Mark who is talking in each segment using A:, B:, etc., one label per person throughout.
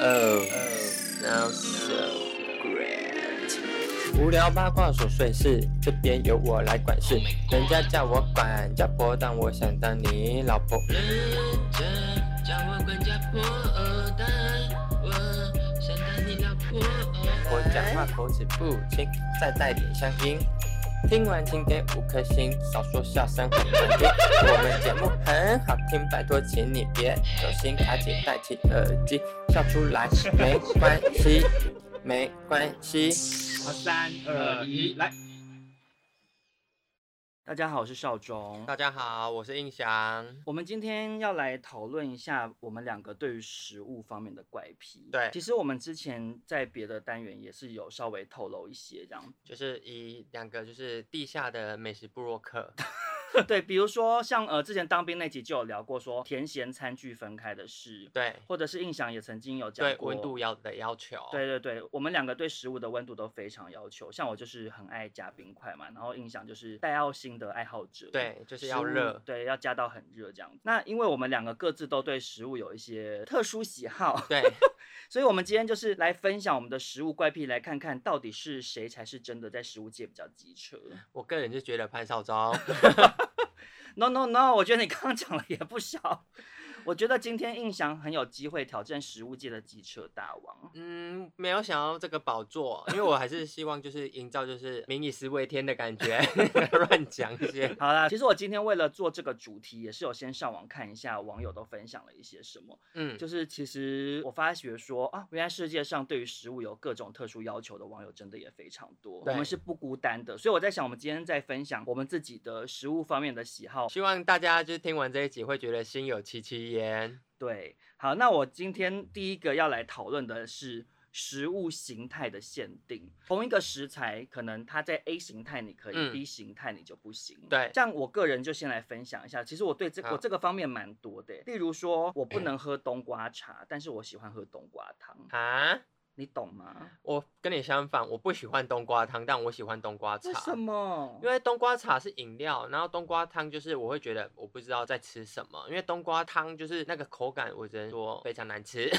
A: Oh, now so great。无聊八卦琐碎事，这边由我来管
B: Oh
A: 事。人家叫我管家婆，但我想当你老婆。
C: 人家叫我管家婆，但我想当你老婆。
A: 我讲话口齿不清，再带点乡音。听完请给五颗星，少说笑声很难听。我们节目很好听，拜托请你别走心，而且戴起耳机笑出来没关系，没关系。
D: 好，三二一，来。大家好，我是少中。
B: 大家好，我是印翔。
D: 我们今天要来讨论一下我们两个对于食物方面的怪癖。
B: 对
D: 其实我们之前在别的单元也是有稍微透露一些这样。
B: 就是以两个就是地下的美食部落客，
D: 对，比如说像呃之前当兵那集就有聊过说甜咸餐具分开的事，
B: 对
D: 或者是印象也曾经有讲
B: 对
D: 过
B: 温度。要的要求，
D: 对对对，我们两个对食物的温度都非常要求，像我就是很爱加冰块嘛，然后印象就是带奥心的爱好者，
B: 对，就是
D: 食
B: 要
D: 物
B: 热，
D: 对，要加到很热这样子。那因为我们两个各自都对食物有一些特殊喜好，
B: 对
D: 所以我们今天就是来分享我们的食物怪癖，来看看到底是谁才是真的在食物界比较机车。
B: 我个人是觉得潘少 忠
D: No No No，我觉得你刚刚讲了也不少。我觉得今天印象很有机会挑战食物界的机车大王。
B: 嗯，没有想要这个宝座，因为我还是希望就是营造就是民以食为天的感觉， 乱讲一些。
D: 好啦，其实我今天为了做这个主题，也是有先上网看一下网友都分享了一些什么。
B: 嗯，
D: 就是其实我发觉说啊，原来世界上对于食物有各种特殊要求的网友真的也非常多，我
B: 对
D: 们是不孤单的。所以我在想，我们今天在分享我们自己的食物方面的喜好。
B: 希望大家就是听完这一集会觉得心有戚戚焉。
D: 对，好，那我今天第一个要来讨论的是。食物形态的限定，同一个食材，可能它在 A 形态你可以、
B: 嗯
D: b 形态你就不行。
B: 对
D: 像我个人就先来分享一下，其实我对这我
B: 好嗯
D: 这个方面蛮多的，例如说我不能喝冬瓜茶，但是我喜欢喝冬瓜汤，
B: 啊，
D: 你懂吗？
B: 我跟你相反，我不喜欢冬瓜汤，但我喜欢冬瓜茶。
D: 为什么？
B: 因为冬瓜茶是饮料，然后冬瓜汤就是我会觉得我不知道在吃什么，因为冬瓜汤就是那个口感，我只能说非常难吃。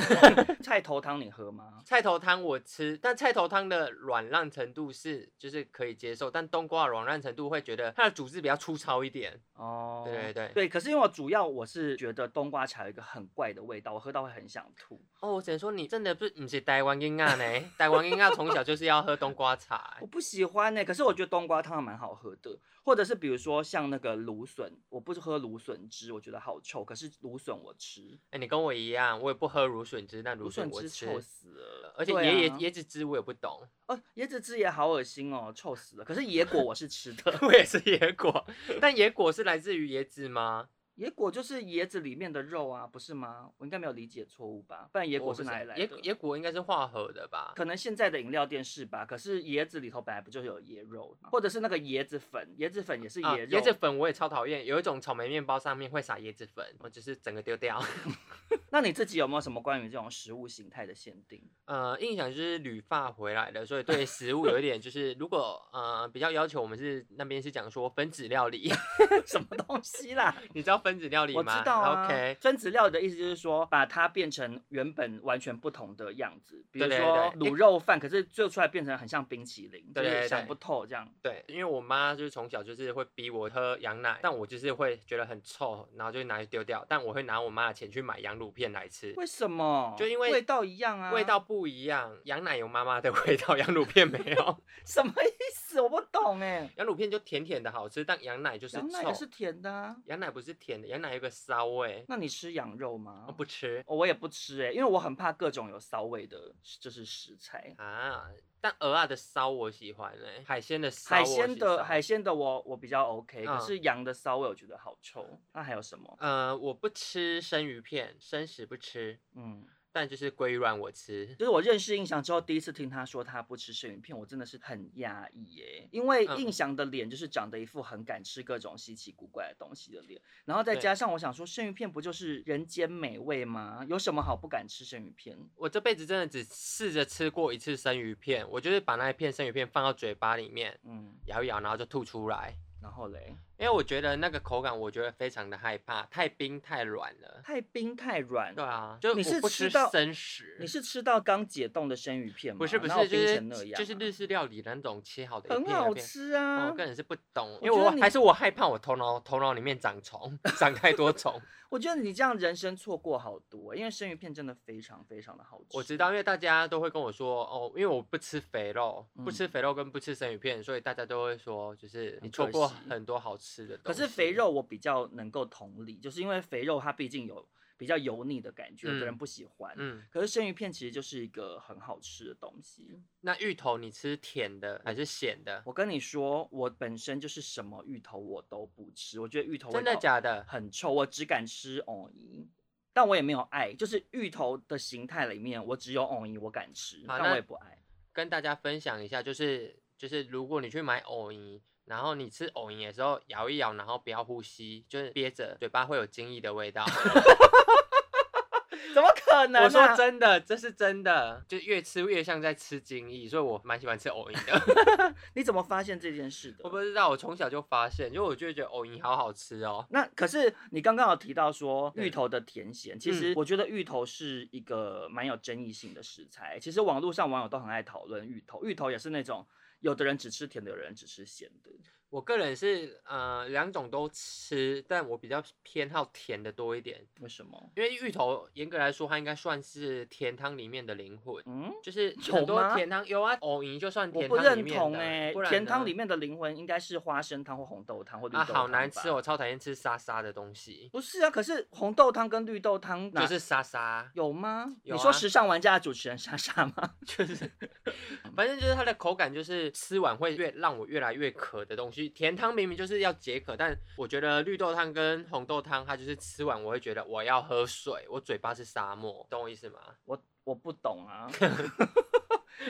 D: 菜头汤你喝吗？
B: 菜头汤我吃，但菜头汤的软烂程度是就是可以接受，但冬瓜的软烂程度会觉得它的组织比较粗糙一点。
D: 哦，
B: 对对对
D: 对，可是因为我主要我是觉得冬瓜茶有一个很怪的味道，我喝到会很想吐。
B: 哦，我只能说你真的不不是台湾婴儿呢，台湾婴儿从小就是要喝冬瓜茶欸
D: 我。不喜欢欸呢、可是我觉得冬瓜汤还蛮好喝的，或者是比如说像那个芦笋，我不是喝芦笋汁，我觉得好臭，可是芦笋我吃，
B: 哎、你跟我一样，我也不喝芦笋汁，但芦
D: 芦
B: 笋
D: 笋
B: 我
D: 汁
B: 吃。
D: 臭死了，
B: 而且
D: 对
B: 椰椰、
D: 啊
B: 椰子汁我也不懂，，
D: 哦椰子汁也好恶心哦，臭死了。可是野果我是吃的
B: 我也是野果，但野果是来自于椰子吗？
D: 野果就是椰子里面的肉啊，不是吗？我应该没有理解错误吧？不然野
B: 我
D: 果
B: 不
D: 是
B: 知
D: 哪
B: 道
D: 里来的？
B: 野野果应该是化合的吧？
D: 可能现在的饮料店是吧？可是椰子里头本来不就有椰肉，或者是那个椰子粉，椰子粉也是
B: 啊
D: 椰肉。
B: 椰子粉我也超讨厌，有一种草莓面包上面会撒椰子粉，我就是整个丢掉。
D: 那你自己有没有什么关于这种食物形态的限定？
B: 呃，印象就是旅发回来的，所以对食物有一点就是，如果呃比较要求，我们是那边是讲说分子料理，
D: 什么东西啦？
B: 你知道分子料理
D: 我
B: 吗？
D: 知道啊。
B: OK，
D: 分子料理的意思就是说，把它变成原本完全不同的样子，比如
B: 对对
D: 说
B: 对
D: 卤肉饭，可是做出来变成很像冰淇淋，
B: 对
D: 就
B: 对
D: 是
B: 对
D: 想不透这样。
B: 对，因为我妈就是从小就是会逼我喝羊奶，但我就是会觉得很臭，然后就拿去丢掉，但我会拿我妈的钱去买羊乳片来吃。
D: 为什么？
B: 就因为
D: 味道一样啊。
B: 味道不一样，羊奶有妈妈的 味道，羊乳片没有。
D: 什么意思？我不懂哎。
B: 羊乳片就甜甜的好吃，但羊奶就是
D: 羊奶
B: 臭。
D: 也是甜的啊。
B: 羊奶不是甜的，羊奶有个骚味，
D: 那你吃羊肉吗？
B: 我不吃
D: 我也不吃哎、因为我很怕各种有骚味的，就是食材。
B: 啊。但鹅啊的骚我喜欢哎、海鲜的骚我
D: 海
B: 喜欢
D: 鲜的海鲜的我我比较
B: 嗯
D: OK，、可是羊的骚味我觉得好臭。那还有什么？
B: 呃，我不吃生鱼片，生食不吃，
D: 嗯，
B: 但就是鲑软我吃。
D: 就是我认识印象之后，第一次听他说他不吃生鱼片，我真的是很压抑耶，因为
B: 嗯
D: 印象的脸就是长得一副很敢吃各种稀奇古怪的东西的脸，然后再
B: 对
D: 加上我想说生鱼片不就是人间美味吗？有什么好不敢吃生鱼片？
B: 我这辈子真的只试着吃过一次生鱼片，我就是把那一片生鱼片放到嘴巴里面
D: 嗯，
B: 咬一咬，然后就吐出来。
D: 然后嘞，
B: 因为我觉得那个口感，我觉得非常的害怕，太冰太软了。
D: 太冰太软
B: 对。啊，就
D: 你
B: 我
D: 是
B: 不
D: 吃
B: 吃
D: 到
B: 生食，
D: 你是吃到刚解冻的生鱼片吗？
B: 不是不
D: 哪有
B: 是就
D: 冰
B: 是
D: 成那样啊
B: 就是日式料理的那种切好的一
D: 很
B: 片一
D: 好
B: 片
D: 吃啊
B: 我！哦个人是不懂，
D: 我
B: 因为
D: 觉
B: 我
D: 得你
B: 还是我害怕我头脑头脑里面长虫，长太多 虫。
D: 我觉得你这样人生错过好多，因为生鱼片真的非常非常的好吃。
B: 我知道，因为大家都会跟我说哦，因为我不吃肥肉，不
D: 嗯
B: 吃肥肉跟不吃生鱼片，所以大家都会说，就是你
D: 很
B: 错
D: 可
B: 过
D: 惜
B: 很多好吃的东
D: 可
B: 西。
D: 是肥肉我比较能够同理，就是因为肥肉它毕竟有比较油腻的感觉，有的人
B: 嗯
D: 不喜欢。
B: 嗯，
D: 可是生鱼片其实就是一个很好吃的东西。
B: 那芋头你吃甜的还是咸的？
D: 我跟你说，我本身就是什么芋头我都不吃，我觉得芋头味
B: 真的
D: 道
B: 假的？
D: 很臭，我只敢吃藕泥，但我也没有爱，就是芋头的形态里面，我只有藕泥我敢吃，
B: 好
D: 但
B: 那
D: 我也不爱。
B: 跟大家分享一下，就是就是如果你去买藕泥，然后你吃藕泥的时候咬一咬，然后不要呼吸，就是憋着，嘴巴会有精液的味道。
D: 怎么可能、啊？
B: 我说真的，这是真的，就越吃越像在吃精液，所以我蛮喜欢吃藕泥的。
D: 你怎么发现这件事的？
B: 我不知道，我从小就发现，因为我就会觉得藕泥好好吃哦。
D: 那可是你刚刚有提到说
B: 对嗯
D: 芋头的甜咸，其实我觉得芋头是一个蛮有争议性的食材。其实网络上网友都很爱讨论芋头，芋头也是那种有的人只吃甜的，有人只吃咸的。
B: 我个人是呃两种都吃，但我比较偏好甜的多一点，
D: 为什么？
B: 因为芋头严格来说它应该算是甜汤里面的灵魂。
D: 嗯，
B: 就是
D: 有
B: 很多
D: 吗
B: 甜汤有啊，藕泥就算
D: 我
B: 甜
D: 不
B: 汤里
D: 认
B: 面
D: 同
B: 的欸
D: 哎、
B: 不然
D: 甜
B: 呢
D: 汤里面的灵魂应该是花生汤或红豆汤或绿豆
B: 啊
D: 汤吧、
B: 好难吃，我超讨厌吃沙沙的东西，
D: 不是啊，可是红豆汤跟绿豆汤哪
B: 就是沙沙，
D: 有吗？
B: 有
D: 你说
B: 啊
D: 时尚玩家的主持人莎莎吗？
B: 就是反正就是它的口感就是吃完会越让我越来越渴的东西。甜汤明明就是要解渴，但我觉得绿豆汤跟红豆汤，它就是吃完我会觉得我要喝水，我嘴巴是沙漠，懂我意思吗？
D: 我我不懂 啊。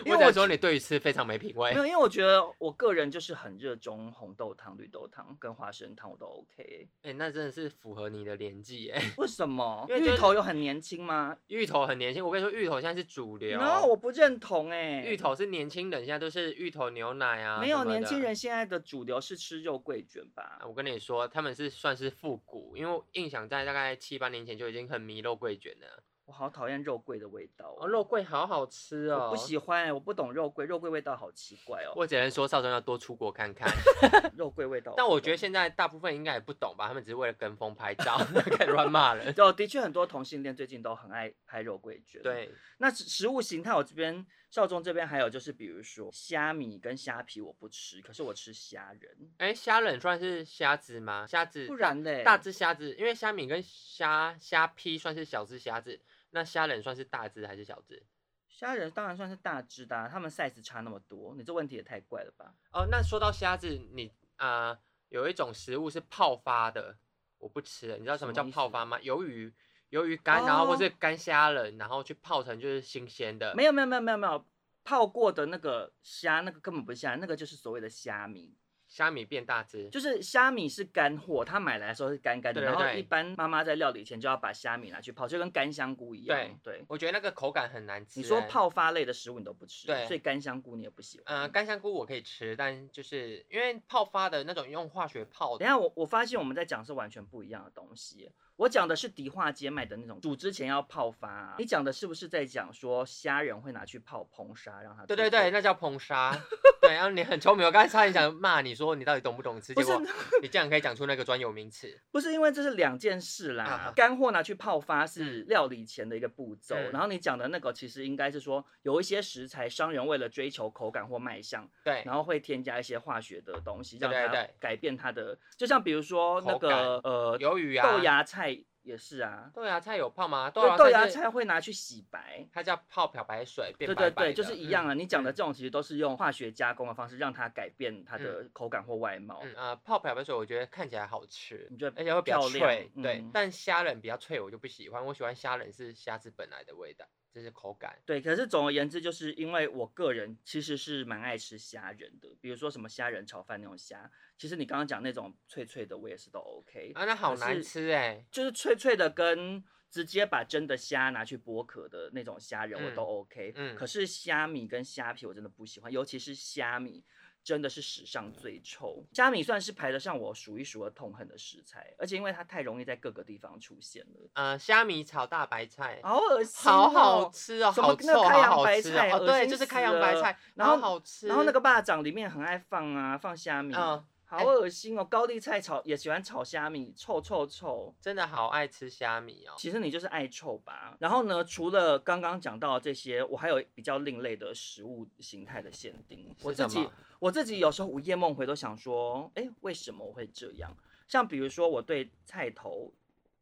D: 因为
B: 我
D: 我
B: 想说你对于吃非常没品味
D: 没。有，因为我觉得我个人就是很热衷红豆汤、绿豆汤跟花生汤，我都 OK。
B: 哎、那真的是符合你的年纪哎、
D: 为什么？
B: 因为就
D: 芋
B: 是
D: 头有很年轻吗？
B: 芋头很年轻，我跟你说，芋头现在是主流。
D: 然后我不认同哎、
B: 芋头是年轻人，现在都是芋头牛奶啊。
D: 没有
B: 什么的
D: 年轻人现在的主流是吃肉桂卷吧
B: 啊，？我跟你说，他们是算是复古，因为我印象在大概七八年前就已经很迷肉桂卷了。
D: 我好讨厌肉桂的味道
B: 哦，肉桂好好吃哦！
D: 我不喜欢、欸，我不懂肉桂，肉桂味道好奇怪哦。
B: 我只能说少中要多出国看看。
D: 肉桂味道不懂，
B: 但我觉得现在大部分应该也不懂吧，他们只是为了跟风拍照，开始乱骂人。
D: 哦，的确很多同性恋最近都很爱拍肉桂卷。，
B: 对，
D: 那食食物形态我这边，少中这边还有就是，比如说虾米跟虾皮我不吃，可是我吃虾仁，
B: 哎，虾仁算是虾子吗？虾子
D: 不然嘞，
B: 大只虾子，因为虾米跟虾虾皮算是小只虾子，那虾仁算是大只还是小只？
D: 虾仁当然算是大只的、啊，他们 size 差那么多，你这问题也太怪了吧？
B: 哦，那说到虾子，你啊、呃有一种食物是泡发的，我不吃了。你知道
D: 什
B: 什么
D: 么
B: 叫
D: 意
B: 泡
D: 思
B: 发吗？鱿鱼，鱿鱼干，然后或
D: 哦
B: 是干虾仁，然后去泡成就是新鲜的。
D: 没有没有没有没有没有，泡过的那个虾，那个根本不是虾，那个就是所谓的虾米，
B: 虾米变大只，
D: 就是虾米是干货，它买来的时候是干干的，
B: 对对
D: 然后
B: 对
D: 一般妈妈在料理前就要把虾米拿去泡，就跟干香菇一样。对，
B: 我觉得那个口感很难吃欸。
D: 你说泡发类的食物你都不吃，
B: 对
D: 所以干香菇你也不喜欢。
B: 呃，干香菇我可以吃，但就是因为泡发的那种用化学泡的，
D: 等一下我我发现我们在讲是完全不一样的东西。我讲的是迪化街卖的那种煮之前要泡发、啊你讲的是不是在讲说虾仁会拿去泡硼砂让它？
B: 对对对，，那叫硼 砂。对，然后你很聪明，我刚才差点想骂你说你到底懂不懂吃，
D: 不
B: 结
D: 是
B: 果你竟然可以讲出那个专有名词。
D: 不是因为这是两件事啦。
B: 啊
D: 干货拿去泡发是料理前的一个步骤，
B: 嗯
D: 然后你讲的那个其实应该是说有一些食材商人为了追求口感或卖相，
B: 对，
D: 然后会添加一些化学的东西，
B: 对
D: 让
B: 对
D: 它
B: 对
D: 改变它的，就像比如说那个呃
B: 鱿鱼啊，
D: 豆芽菜也是啊，
B: 豆芽菜有泡吗？
D: 就
B: 豆芽
D: 豆芽
B: 啊是
D: 菜会拿去洗白。
B: 它叫泡漂白水变
D: 对
B: 白
D: 对
B: 白
D: 对，
B: 的
D: 就是一样啊！。你讲的
B: 嗯
D: 这种其实都是用化学加工的方式让它改变它的口感或外貌。
B: 嗯嗯呃，泡漂白水我觉得看起来好吃
D: 你觉，得
B: 而且会比较
D: 漂亮
B: 脆。对
D: 嗯，
B: 但虾仁比较脆，我就不喜欢。我喜欢虾仁是虾子本来的味道，就是口感。
D: 对，可是总而言之，就是因为我个人其实是蛮爱吃虾仁的，比如说什么虾仁炒饭那种虾，其实你刚刚讲那种脆脆的，我也是都 OK，、
B: 啊，那好
D: 可
B: 难
D: 是
B: 吃哎。
D: 就是脆脆的跟直接把蒸的虾拿去剥壳的那种虾仁我都
B: 嗯
D: OK，、
B: 嗯
D: 可是虾米跟虾皮我真的不喜欢，尤其是虾米。真的是史上最臭。虾米算是排得上我数一数二痛恨的食材，而且因为它太容易在各个地方出现了，
B: 呃，虾米炒大白菜，
D: 好恶心、
B: 好
D: 哦，
B: 好吃哦，
D: 什么
B: 好
D: 那
B: 臭，
D: 个开
B: 好
D: 洋白
B: 好吃
D: 菜
B: 哦，哦
D: 恶
B: 对，
D: 心
B: 就是开
D: 死
B: 洋白
D: 了
B: 菜，
D: 然
B: 后
D: 后
B: 好吃，
D: 然后那个霸掌里面很爱放啊，放虾米，
B: 嗯，
D: 好
B: 哎
D: 恶心哦。高丽菜炒也喜欢炒虾米，臭臭臭。
B: 真的好爱吃虾米哦，
D: 其实你就是爱臭吧。然后呢，除了刚刚讲到这些，我还有比较另类的食物形态的限定。我
B: 是
D: 自
B: 什
D: 己
B: 么
D: 我自己有时候午夜梦回都想说，哎，为什么我会这样？像比如说，我对菜头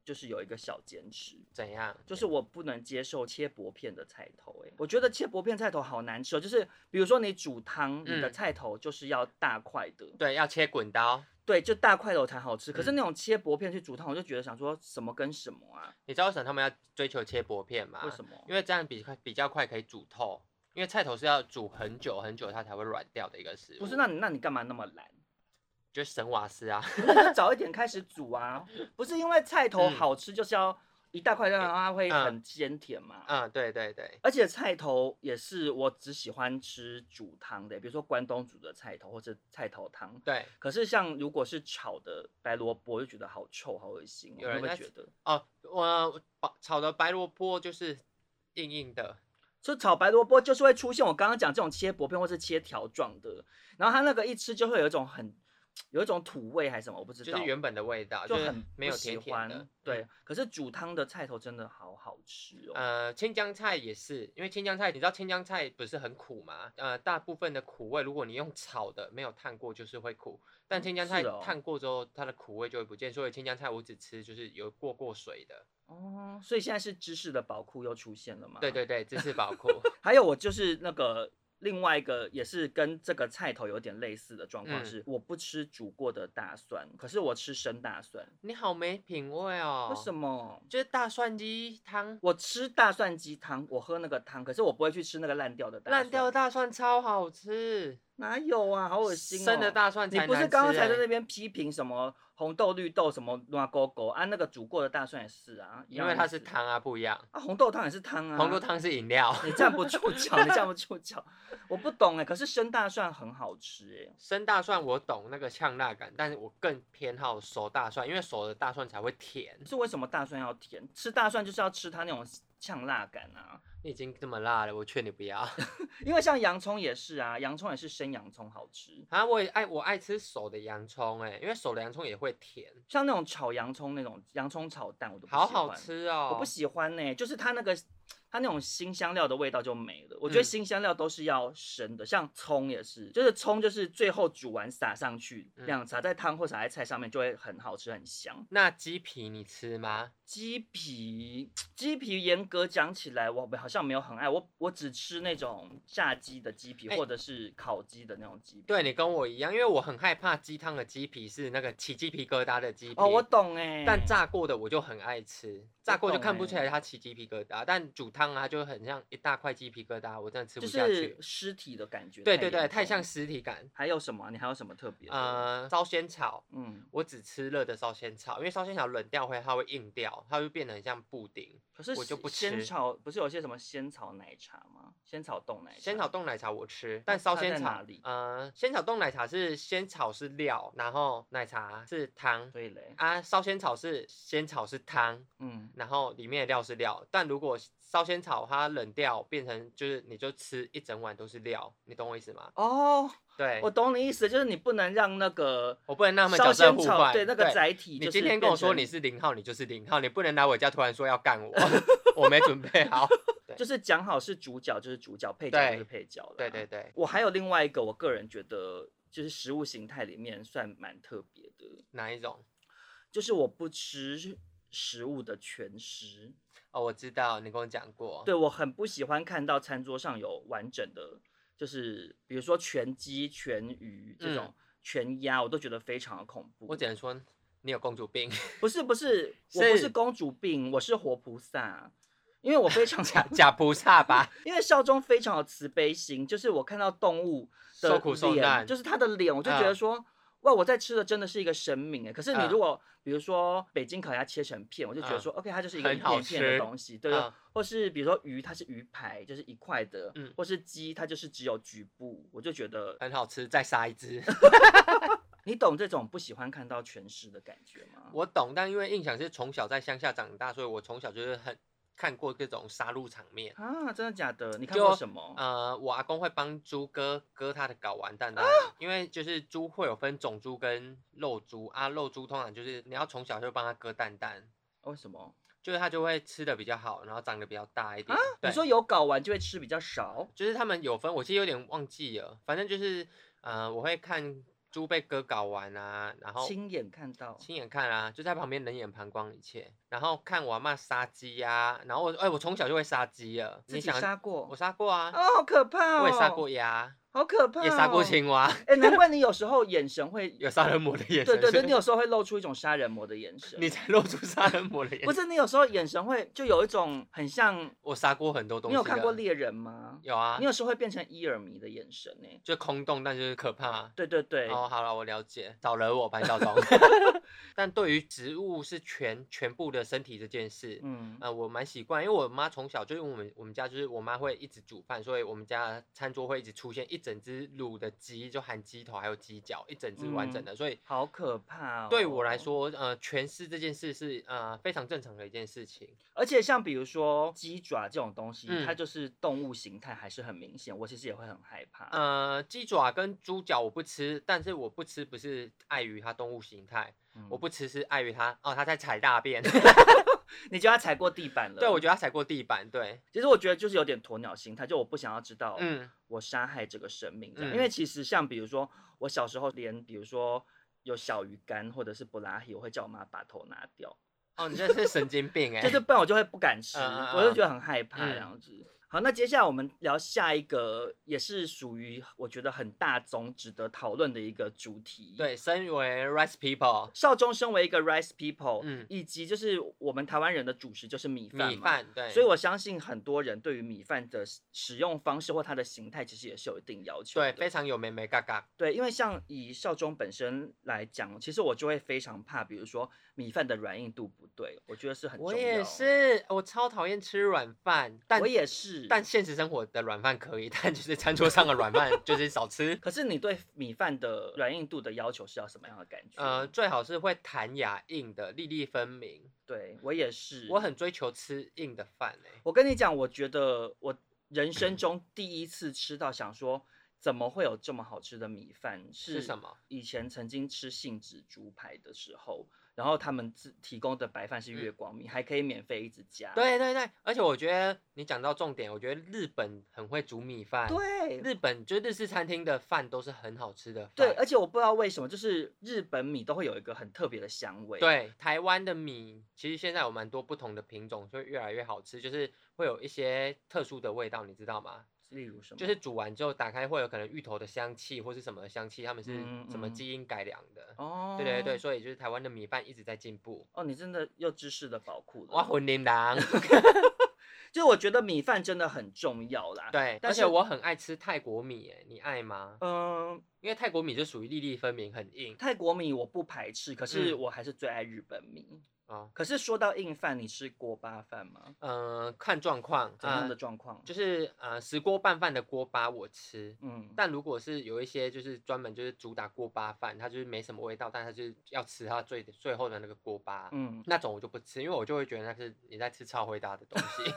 D: 就是有一个小坚持，
B: 怎样？
D: 就是我不能接受切薄片的菜头、欸，我觉得切薄片菜头好难吃哦。就是比如说你煮汤，你的
B: 嗯
D: 菜头就是要大块的，
B: 对，要切滚刀。
D: 对，就大块的我才好吃。
B: 嗯
D: 可是那种切薄片去煮汤，我就觉得想说什么跟什么啊？
B: 你知道为什么他们要追求切薄片吗？
D: 为什么？
B: 因为这样比快比较快可以煮透，因为菜头是要煮很久很久它才会软掉的一个食物。
D: 不是，那你那你干嘛那么 懒？
B: 就是神瓦斯啊，
D: 那就早一点开始煮啊！不是因为菜头
B: 嗯
D: 好吃，就是要一大块让它会
B: 嗯
D: 很鲜甜嘛。
B: 嗯，对对对，
D: 而且菜头也是我只喜欢吃煮汤的，比如说关东煮的菜头或者菜头汤。
B: 对
D: 可是像如果是炒的白萝卜，我就觉得好臭、好恶心哦，
B: 有
D: 我
B: 人
D: 会
B: 在
D: 觉得。
B: 哦，我把炒的白萝卜就是硬硬的，
D: 就炒白萝卜就是会出现我刚刚讲这种切薄片或是切条状的，然后它那个一吃就会有一种很有一种土味还是什么，我不知道，
B: 就是原本的味道，
D: 就是很
B: 没有
D: 不喜
B: 甜甜的嗯
D: 欢。对，可是煮汤的菜头真的好好吃哦。
B: 呃，青江菜也是，因为青江菜，你知道青江菜不是很苦吗？呃，大部分的苦味，如果你用炒的，没有烫过，就是会苦。但
D: 嗯
B: 青江
D: 是
B: 菜
D: 哦
B: 烫过之后，它的苦味就会不见，所以青江菜我只吃就是有过过水的。
D: 哦，所以现在是知识的宝库又出现了嘛？
B: 对对对，芝士宝 库。
D: 还有我就是那个另外一个也是跟这个菜头有点类似的状况
B: 嗯
D: 是，我不吃煮过的大蒜，可是我吃生大蒜，
B: 你好没品味哦。
D: 为什
B: 么？
D: 么？
B: 就是大蒜鸡汤，
D: 我吃大蒜鸡汤，我喝那个汤，可是我不会去吃那个烂掉的大蒜。
B: 烂掉的大蒜超好吃，
D: 哪有啊？好恶心、哦！
B: 生的大蒜
D: 你
B: 才
D: 不是
B: 难
D: 刚刚
B: 吃
D: 才在
B: 欸
D: 那边批评什么红豆、绿豆什么乱勾勾啊？那个煮过的大蒜也是啊，一
B: 因
D: 样
B: 为
D: 意
B: 它是
D: 思
B: 汤啊，不一样。
D: 啊，红豆汤也是汤啊，
B: 红豆汤是饮料。
D: 你站不住脚，你站不住脚，我不懂哎、可是生大蒜很好吃哎、
B: 生大蒜我懂那个呛辣感，但是我更偏好熟大蒜，因为熟的大蒜才会甜。
D: 是为什么大蒜要甜？吃大蒜就是要吃它那种呛辣感啊，
B: 你已经这么辣了，我劝你不要。
D: 因为像洋葱也是啊，洋葱也是生洋葱好吃，
B: 啊，我也爱我爱吃熟的洋葱、欸，哎，因为熟的洋葱也会甜，
D: 像那种炒洋葱那种洋葱炒蛋我都不喜
B: 好
D: 欢
B: 好吃哦。
D: 我不喜欢呢、就是它那个它那种新香料的味道就没了。我觉得
B: 嗯
D: 新香料都是要生的，像葱也是，就是葱就是最后煮完撒上去，
B: 嗯
D: 这样撒在汤或撒在菜上面就会很好吃很香。
B: 那鸡皮你吃吗？
D: 鸡皮，鸡皮严格讲起来，我好像没有很爱，我我只吃那种炸鸡的鸡皮、
B: 哎
D: 或者是烤鸡的那种鸡皮。
B: 对你跟我一样，因为我很害怕鸡汤的鸡皮是那个起鸡皮疙瘩的鸡皮。
D: 哦，我懂哎、
B: 但炸过的我就很爱吃，炸过就看不出来
D: 欸
B: 它起鸡皮疙瘩，但煮汤啊就很像一大块鸡皮疙瘩，我真的吃
D: 就
B: 不下去。
D: 是尸体的感觉。
B: 对对对，
D: 严
B: 太
D: 重
B: 像
D: 了
B: 尸体感。
D: 还有什么啊？你还有什么特别的？
B: 呃，烧仙草，
D: 嗯，
B: 我只吃热的烧仙草，因为烧仙草冷掉会它会硬掉，它会变得很像布丁。
D: 可是
B: 我就
D: 仙
B: 不
D: 仙
B: 吃
D: 草不是有些什么仙草奶茶吗？仙草冻奶茶。
B: 仙草冻奶茶我吃，但
D: 那
B: 烧
D: 差
B: 仙
D: 在哪
B: 草
D: 里，
B: 呃，仙草冻奶茶是仙草是料，然后奶茶是汤
D: 对嘞，
B: 啊，烧仙草是仙草是汤，
D: 嗯，
B: 然后里面的料是料，但如果烧仙草它冷掉变成就是你就吃一整碗都是料，你懂我意思吗？
D: 哦，
B: 对，
D: 我懂你意思，就是你不能让那个
B: 我不能让他们
D: 烧
B: 角色
D: 仙
B: 互
D: 草
B: 换，
D: 对那个载体就
B: 你
D: 是变成。
B: 今天跟我说你是零号，你就是零号，你不能来我家突然说要 干我，我没准备好。对
D: 就是讲好是主角就是主角，配角就
B: 对
D: 是配角了。啊
B: 对对。对，
D: 我还有另外一个，我个人觉得就是食物形态里面算蛮特别的，
B: 哪一种？
D: 就是我不吃食物的全食，
B: 哦，我知道，你跟我讲过。
D: 对，我很不喜欢看到餐桌上有完整的，就是比如说全鸡、全鱼这种。全鸭我都觉得非常的恐怖。
B: 我只能说你有公主病，
D: 不是不是，我不是
B: 是
D: 公主病，我是活菩萨，因为我非常
B: 假假菩萨吧？
D: 因为少中非常有慈悲心，就是我看到动物的
B: 受苦受
D: 脸
B: 难
D: 就是他的脸，我就觉得说。哇，我在吃的真的是一个神明哎。可是你
B: 嗯
D: 如果、比如说北京烤鸭切成片，我就觉得
B: 嗯
D: 说、OK，它就是一个
B: 很
D: 一
B: 好
D: 片一片的
B: 吃
D: 东西，对
B: 嗯
D: 或是比如说鱼，它是鱼排，就是一块的，
B: 嗯哎
D: 或是鸡，它就是只有局部，我就觉得
B: 很好吃，再杀一只。
D: 你懂这种不喜欢看到全尸的感觉吗？
B: 我懂，但因为印象是从小在乡下长大，所以我从小就是很看过各种杀戮场面。
D: 啊，真的假的？你看
B: 就
D: 过什么？
B: 呃，我阿公会帮猪哥割他的睾丸蛋蛋，
D: 啊
B: 因为就是猪会有分种猪跟肉猪啊，肉猪通常就是你要从小就帮它割蛋蛋，
D: 为哦什么？
B: 就是它就会吃的比较好，然后长得比较大一点。对
D: 啊你说有睾丸就会吃比较少，
B: 就是他们有分，我其实有点忘记了，反正就是呃，我会看猪被割睾丸啊，然后
D: 亲眼看到，
B: 亲眼看啊，就在旁边冷眼旁观一切，然后看我阿妈杀鸡呀，然后我哎、我从小就会杀鸡了，
D: 自
B: 你
D: 己
B: 想
D: 杀过，
B: 我杀过啊，
D: 哦，好可怕哦！
B: 我也杀过，鸭，
D: 好可怕、哦，
B: 也杀过。青蛙，，
D: 哎、难怪你有时候眼神会
B: 有杀人魔的眼神，
D: 对对对，你
B: 所
D: 有时候会露出一种杀人魔的眼神。
B: 以你才露出杀人魔的眼
D: 不
B: 神。
D: 是你有时候眼神会就有一种很像，
B: 我杀过很多东
D: 你
B: 西，
D: 有看过？猎人吗？
B: 有啊
D: 你，有时候会变成伊尔迷的眼神呢、
B: 就空洞，但就是可怕。
D: 对对对，
B: 哦，好了，我了解，少惹我白少 东。但对于植物是全全部的身体这件事，
D: 嗯，
B: 呃，我蛮习惯，因为我妈从小就是我们我们家就是我妈会一直煮饭，所以我们家餐桌会一直出现一整只卤的鸡，就含鸡头还有鸡脚，一整只完整的，所以
D: 好可嗯怕、哦。
B: 对我来，说，呃，全尸这件事是呃非常正常的一件事情。
D: 而且像比如说鸡爪这种东西，
B: 嗯
D: 它就是动物形态还是很明显，我其实也会很害怕。
B: 呃，鸡爪跟猪脚我不吃，但是我不吃不是碍于它动物形态，
D: 嗯
B: 我不吃是碍于它哦，它在踩大便。
D: 你觉得它踩过地板 了？
B: 对，我
D: 得
B: 觉得它踩过地板。对，
D: 其实我觉得就是有点鸵鸟心态，就我不想要知道，
B: 嗯，
D: 我杀害这个生命这样。
B: 嗯
D: 因为其实像比如说我小时候连比如说有小鱼干或者是布拉希，我会叫我妈把头拿 掉，
B: 哦，你这是神经病哎、
D: 就是不然我就会不敢吃，
B: 嗯嗯嗯
D: 我就觉得很害怕
B: 嗯
D: 这样子。好，那接下来我们聊下一个，也是属于我觉得很大宗值得讨论的一个主题。
B: 对，身为 rice people
D: 少中身为一个 rice people，
B: 嗯
D: 以及就是我们台湾人的主食就是米饭嘛，
B: 米饭，对，
D: 所以我相信很多人对于米饭的使使用方式或它的形态，其实也是有一定要求
B: 对
D: 的。
B: 非常有美美嘎嘎。
D: 对，因为像以少中本身来讲，其实我就会非常怕，比如说米饭的软硬度不对，我觉得是很重
B: 我
D: 要。
B: 也，是，我超讨厌吃软饭，但
D: 我也是，
B: 但现实生活的软饭可以， 但就是餐桌上的软 饭就是少吃。
D: 可是你对米饭的软硬度的要求是要什么样的感觉？
B: 呃，最好是会弹牙硬的，粒粒分明。
D: 对我也是，
B: 我很追求吃硬的饭欸诶、
D: 我跟你讲，我觉得我人
B: 嗯
D: 生中第一次吃到想说，怎么会有这么好吃的米饭？是
B: 是什么？
D: 以前曾经吃杏子猪排的时候，然后他们自提供的白饭是月光米，还可以免费一直加。
B: 嗯对对对，而且我觉得你讲到重点，我觉得日本很会煮米饭。，
D: 对
B: 日本就日式餐厅的饭都是很好吃的饭。
D: 对，而且我不知道为什么，就是日本米都会有一个很特别的香味。，
B: 对，台湾的米其实现在有蛮多不同的品种，所以越来越好吃，就是会有一些特殊的味道，你知道吗？
D: 例如什么？
B: 就是煮完之后打开会有可能芋头的香气或是什么的香气，他们是
D: 嗯
B: 什么
D: 嗯
B: 基因改良的。
D: 哦，
B: 对对对，，所以就是台湾的米饭一直在进步。
D: 哦，你真的又知识的宝库了。
B: 哇，魂铃狼，
D: 就是我觉得米饭真的很重要啦。，
B: 对，
D: 但
B: 而
D: 是
B: 且我很爱吃泰国米，哎，你爱吗？
D: 嗯、
B: 因为泰国米就属于粒粒分明，很硬
D: 泰国米我不排斥，可是
B: 嗯
D: 我还是最爱日本米。
B: 啊。
D: 可是说到硬饭，你吃锅巴饭吗？
B: 嗯、看状况，
D: 怎样
B: 呃
D: 的状况？
B: 就是呃，石锅拌饭的锅巴我吃，
D: 嗯，
B: 但如果是有一些就是专门就是主打锅巴饭，它就是没什么味道，但它就是要吃它最最后的那个锅巴，
D: 嗯，
B: 那种我就不吃，因为我就会觉得那是你在吃超回答的东 西。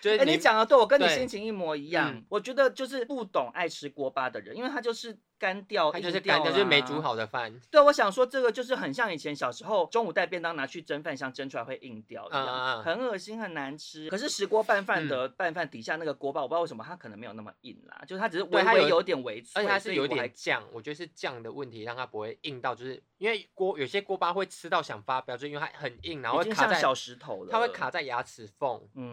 B: 就是
D: 哎、你讲的对，我跟你
B: 对
D: 心情一模一样。
B: 嗯
D: 我觉得就是不懂爱吃锅巴的人，因为他就是干掉，
B: 它
D: 硬
B: 就是干掉，就是没煮
D: 啦。
B: 好的饭。
D: 对，我想说这个就是很像以前小时候中午带便当拿去蒸饭箱蒸出来会硬哦掉一样，
B: 嗯嗯嗯
D: 很恶心很难吃。可是石锅拌饭
B: 嗯
D: 的拌饭底下那个锅巴，我不知道为什么它可能没有那么硬啦，就是它只是微
B: 对它
D: 微
B: 有
D: 有点微
B: 而
D: 脆，
B: 且它是
D: 欸所以
B: 有
D: 我还
B: 点酱，我觉得是酱的问题，让它不会硬到，就是因为锅有些锅巴会吃到想发飙，就因为它很硬，然后
D: 已
B: 会
D: 经
B: 卡
D: 像
B: 在
D: 小石头了，
B: 它会卡在牙齿缝，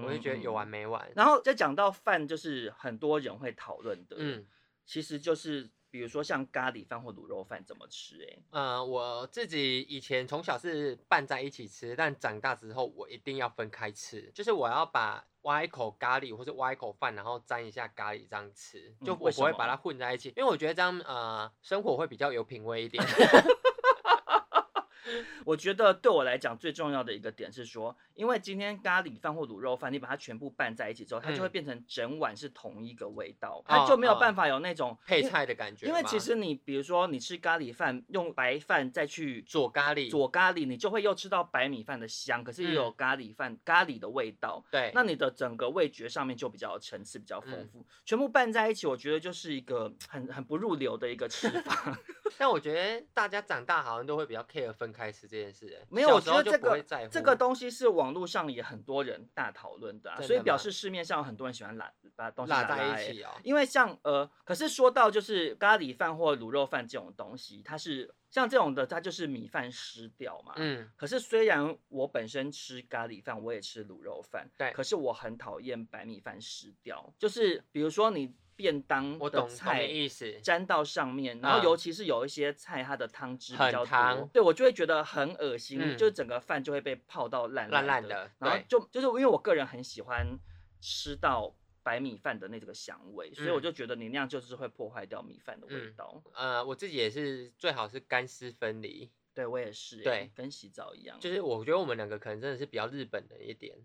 B: 我就觉得
D: 嗯嗯
B: 有完没完。
D: 然后再讲到饭，就是很多人会讨论的，
B: 嗯，
D: 其实就是比如说像咖喱饭或卤肉饭怎么吃、欸？哎，
B: 嗯，我自己以前从小是拌在一起吃，但长大之后我一定要分开吃，就是我要把挖一口咖喱或者挖一口饭，然后沾一下咖喱这样吃，
D: 嗯
B: 就我
D: 为什
B: 不会
D: 么
B: 把它混在一起，因为我觉得这样呃生活会比较有品味一 点。
D: 我觉得对我来讲最重要的一个点是说，因为今天咖喱饭或卤肉饭，你把它全部拌在一起之后，它就会
B: 嗯
D: 变成整碗是同一个味道，它就没有
B: 哦
D: 办法有那种
B: 配
D: 因为。
B: 菜的感觉
D: 因
B: 嘛，
D: 为其实你比如说你吃咖喱饭，用白饭再去
B: 佐咖喱，
D: 佐咖喱，你就会又吃到白米饭的香，可是也有
B: 嗯
D: 咖喱饭、咖喱的味道。
B: 对，嗯
D: 那你的整个味觉上面就比较层次比较丰富，全部拌在一起，我觉得就是一个很很不入流的一个吃法。
B: 但我觉得大家长大好像都会比较 care 分开吃这件事、欸，
D: 没有，
B: 小
D: 我
B: 时
D: 觉
B: 候
D: 得
B: 就
D: 这
B: 不会
D: 个
B: 在乎
D: 这个东西是网络上也很多人大讨论的、啊，
B: 真
D: 所以
B: 的
D: 表
B: 吗
D: 示市面上有很多人喜欢拉把东西
B: 拉
D: 在
B: 在一。起哦、
D: 因为像呃，可是说到就是咖喱饭或卤肉饭这种东西，它是像这种的，它就是米饭湿掉嘛。
B: 嗯，
D: 可是虽然我本身吃咖喱饭，我也吃卤肉饭，
B: 对
D: 可是我很讨厌白米饭湿掉，就是比如说你便当
B: 我
D: 的
B: 懂懂你
D: 菜
B: 意 思，
D: 沾到上面，然后
B: 嗯
D: 尤其是有一些菜它的汤汁比
B: 很
D: 较多
B: 汤，
D: 对我就会觉得很恶心，
B: 嗯
D: 就是整个饭就会被泡到烂
B: 烂
D: 烂
B: 烂的
D: 然后
B: 对
D: 就就是因为我个人很喜欢吃到。白米饭的那这个香味，所以我
B: 嗯
D: 就觉得你那样就是会破坏掉米饭的味
B: 嗯
D: 道。
B: 呃，我自己也是最好是干湿分离，
D: 对我也是、欸，
B: 对
D: 跟洗澡一样，
B: 就是我觉得我们两个可能真的是比较日本人一点，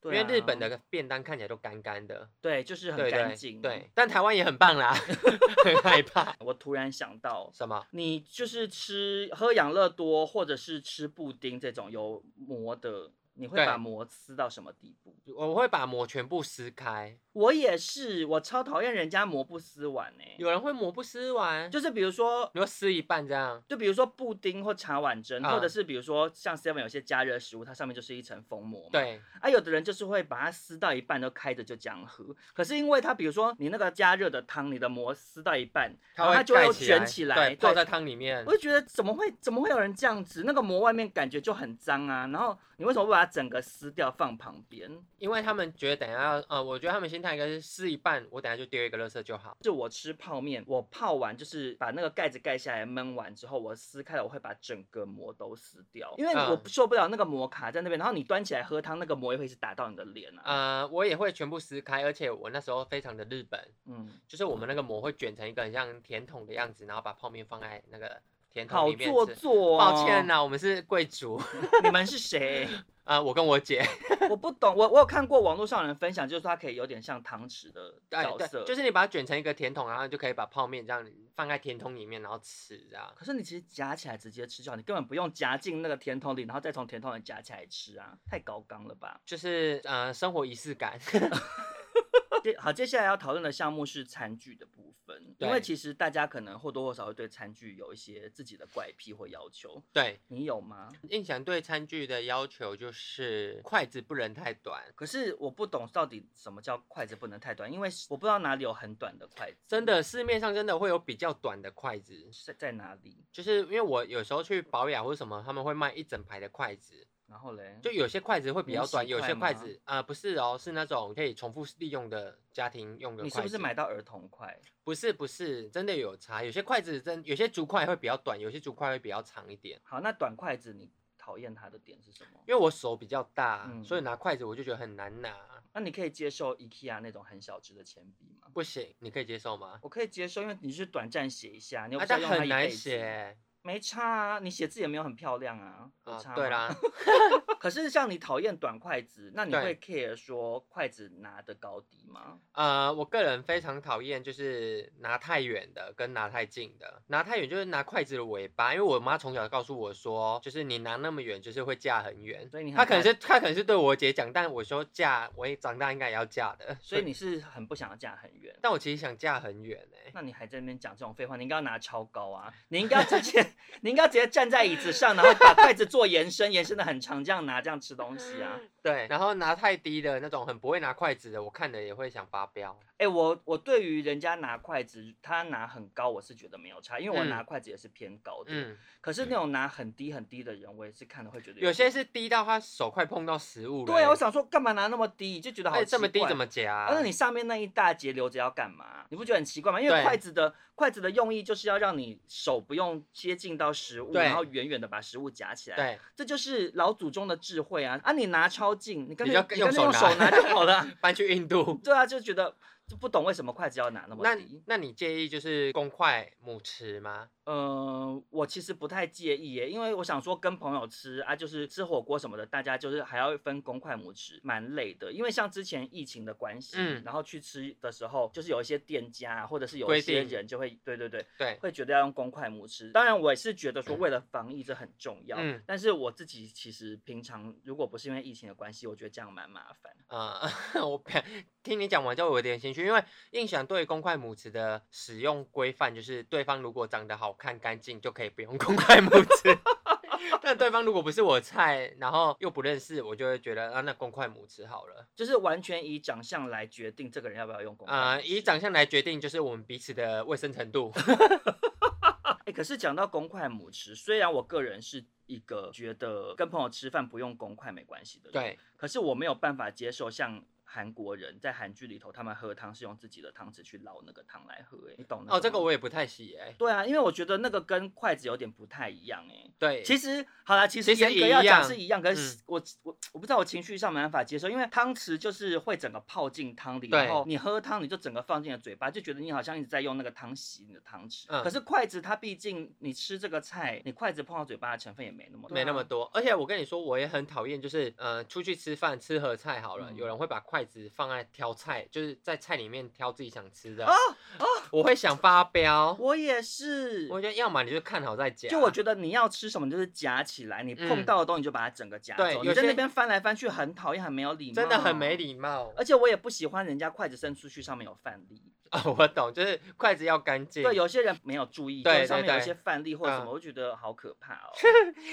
D: 对
B: 因为日本
D: 啊
B: 的便当看起来都干干的，
D: 对就是很
B: 对
D: 干
B: 对
D: 净，啊
B: 对，但台湾也很棒 啦，很害怕
D: 我突然想到，
B: 什么？
D: 你就是吃喝养乐多或者是吃布丁这种有膜的，你会
B: 对
D: 把膜撕到什么地步？
B: 我会把膜全部撕开，
D: 我也是，我超讨厌人家膜不撕完呢、
B: 有人会膜不撕完，
D: 就是比如说。
B: 你会撕一半这样，
D: 就比如说布丁或茶碗蒸，
B: 啊
D: 或者是比如说像 Seven 有些加热食物，它上面就是一层封膜嘛。。
B: 对，
D: 啊，有的人就是会把它撕到一半都开着就这样喝，可是因为它比如说你那个加热的汤，你的膜撕到一半，然后它
B: 会
D: 就会
B: 盖
D: 又
B: 起
D: 卷起来，
B: 对，泡在汤里面
D: 我，就觉得怎么会怎么会有人这样子？那个膜外面感觉就很脏啊，然后你为什么不把它整个撕掉放旁边？
B: 因为他们觉得等一下要，呃，我觉得他们心态应该是撕一半，我等一下就丢一个垃圾就好。
D: 就我吃泡面，我泡完就是把那个盖子盖下来，焖完之后我撕开了，我会把整个膜都撕掉，因为我
B: 嗯
D: 受不了那个膜卡在那边，然后你端起来喝汤，那个膜也会一直打到你的脸啊。
B: 呃，我也会全部撕开，而且我那时候非常的日本，
D: 嗯，
B: 就是我们那个膜会卷成一个很像甜筒的样子，然后把泡面放在那个甜筒
D: 好
B: 里面
D: 做
B: 吃
D: 作、哦，
B: 抱歉呐、我们是贵族，
D: 你们是谁？
B: 啊、我跟我 姐，
D: 我不懂，我我有看过网络上有人分享，就是说它可以有点像汤匙的
B: 哎
D: 角色，
B: 对，就是你把它卷成一个甜筒，然后你就可以把泡面这样放在甜筒里面，然后吃这样。
D: 可是你其实夹起来直接吃就好，你根本不用夹进那个甜筒里，然后再从甜筒里夹起来吃啊，太高纲了吧？
B: 就是呃，生活仪式感，
D: 接好，接下来要讨论的项目是餐具的部分，因为
B: 对
D: 其实大家可能或多或少会对餐具有一些自己的怪癖或要求，
B: 对。
D: 你有吗？
B: 印象对餐具的要求就是筷子不能太短，
D: 可是我不懂到底什么叫筷子不能太短，因为我不知道哪里有很短的筷子，
B: 真的市面上真的会有比较短的筷子，
D: 在在哪里？
B: 就是因为我有时候去保养或什么，他们会卖一整排的筷子，
D: 然后嘞，
B: 就有些筷子会比较短，
D: 免
B: 有
D: 洗筷
B: 些筷
D: 吗
B: 子啊、呃不是哦，是那种可以重复利用的家庭用的筷
D: 你
B: 子。
D: 是不是买？到儿童筷？
B: 不是不是，真的有差，有些筷子真有些竹筷会比较短，有些竹筷会比较长一点。
D: 好，那短筷子你讨厌它的点是什么？
B: 因为我手比较大，
D: 嗯
B: 所以拿筷子我就觉得很难拿，
D: 那你可以接受 IKEA 那种很小只的铅笔吗？
B: 不行，你可以接受吗？
D: 我可以接受，因为你是短暂写一下，你又
B: 啊
D: 不，是要
B: 但
D: 用它
B: 很
D: 一
B: 难
D: 辈子，
B: 写
D: 没差啊，你写字也没有很漂亮啊，有
B: 啊
D: 差、，。
B: 对啦。
D: 可是像你讨厌短筷子，那你会 care 说筷子拿的高低吗？
B: 呃，我个人非常讨厌就是拿太远的跟拿太近的。拿太远就是拿筷子的尾巴，因为我妈从小告诉我说，就是你拿那么远就是会嫁很远。
D: 所以你很
B: 她可能
D: 怕
B: 是她可能是对我姐讲，但我说嫁，我也长大应该也要嫁的。
D: 所以你是很不想要嫁很远。
B: 但我其实想嫁很远哎、
D: 那你还在那边讲这种废话，你应该要拿超高啊！你应该要直接， 你应该要直接站在椅子上，然后把筷子做延伸，延伸的很长，这样拿这样吃东西啊！
B: 对，然后拿太低的那种很不会拿筷子的，我看了也会想发飙。
D: 哎、我我对于人家拿筷子，他拿很高，我是觉得没有差，因为我
B: 嗯
D: 拿筷子也是偏高的。
B: 嗯，
D: 可是那种拿很低很低的人，我也是看了会觉得
B: 有些
D: 点
B: 是低到他手快碰到食物了欸。
D: 对啊，我想说干嘛拿那么低，就觉得好、
B: 哎，这么低怎么？夹啊？
D: 啊、那你上面那一大截留着要干嘛？你不觉得很奇怪吗？因
B: 对
D: 为筷子的筷子的用意就是要让你手不用接近到食物，
B: 对
D: 然后远远的把食物夹起来。，
B: 对，
D: 这就是老祖宗的智慧啊！啊，你拿超近，你干
B: 你
D: 脆
B: 就
D: 你
B: 用
D: 干脆用
B: 手拿
D: 手拿 就好了啊。
B: 搬去印度。
D: 对啊，就觉得就不懂为什么筷子要拿那么
B: 那
D: 低。
B: 那你介意就是公筷母匙吗？
D: 呃，我其实不太介意耶，因为我想说跟朋友吃啊，就是吃火锅什么的，大家就是还要分公筷母匙，蛮累的。因为像之前疫情的关系，
B: 嗯
D: 然后去吃的时候，就是有一些店家啊或者是有
B: 规
D: 一些
B: 定
D: 人就会，对对对，
B: 对，
D: 会觉得要用公筷母匙。当然，我也是觉得说为了防疫这很重要，
B: 嗯
D: 但是我自己其实平常如果不是因为疫情的关系，我觉得这样蛮麻烦。
B: 呃， 我不想听你讲完之后我有点心虚，因为印象对于公筷母匙的使用规范就是，对方如果长得好看干净就可以不用公筷母匙， 但对方如果不是我菜，然后又不认识，我就会觉得啊，那公筷母匙好了。
D: 就是完全以长相来决定这个人要不要用公筷母匙。
B: 呃，以长相来决定就是我们彼此的卫生程度。
D: 哎、可是讲到公筷母匙，虽然我个人是一个觉得跟朋友吃饭不用公筷没关系的人，，
B: 对，
D: 可是我没有办法接受像韩国人在韩剧里头，他们喝汤是用自己的汤匙去捞那个汤来喝、哎，你懂那
B: 哦，这个
D: 吗
B: 我也不太喜哎、
D: 对啊，因为我觉得那个跟筷子有点不太一样、哎。
B: 对，
D: 其实好啦，其实
B: 其实
D: 严格
B: 一
D: 要讲
B: 样嗯
D: 是一样，可是我、我我不知道我情绪上没办法接受，因为汤匙就是会整个泡进汤里，
B: 对
D: 然后你喝汤你就整个放进了嘴巴，就觉得你好像一直在用那个汤洗你的汤匙。
B: 嗯
D: 可是筷子它毕竟你吃这个菜，你筷子碰到嘴巴的成分也没那么多
B: 没那么多。而且我跟你说，我也很讨厌，就是呃，出去吃饭吃盒菜好了，
D: 嗯
B: 有人会把筷子放在挑菜，就是在菜里面挑自己想吃的，
D: 啊
B: 我会想发飙。
D: 我也是，
B: 我觉得要么你就看好再夹，
D: 就我觉得你要吃什么就是夹起来，你碰
B: 嗯
D: 到的东西就把它整个夹
B: 对
D: 走，
B: 有
D: 你在
B: 些
D: 那边翻来翻去很讨厌，很没有礼貌，
B: 真的很没。礼貌
D: 而且我也不喜欢人家筷子伸出去上面有饭粒。
B: 啊、我懂，就是筷子要干净。
D: 对，有些人没有注意，
B: 对
D: 就是
B: 对
D: 上面有一
B: 对
D: 些范例或者什
B: 嗯
D: 么，我就觉得好可怕哦。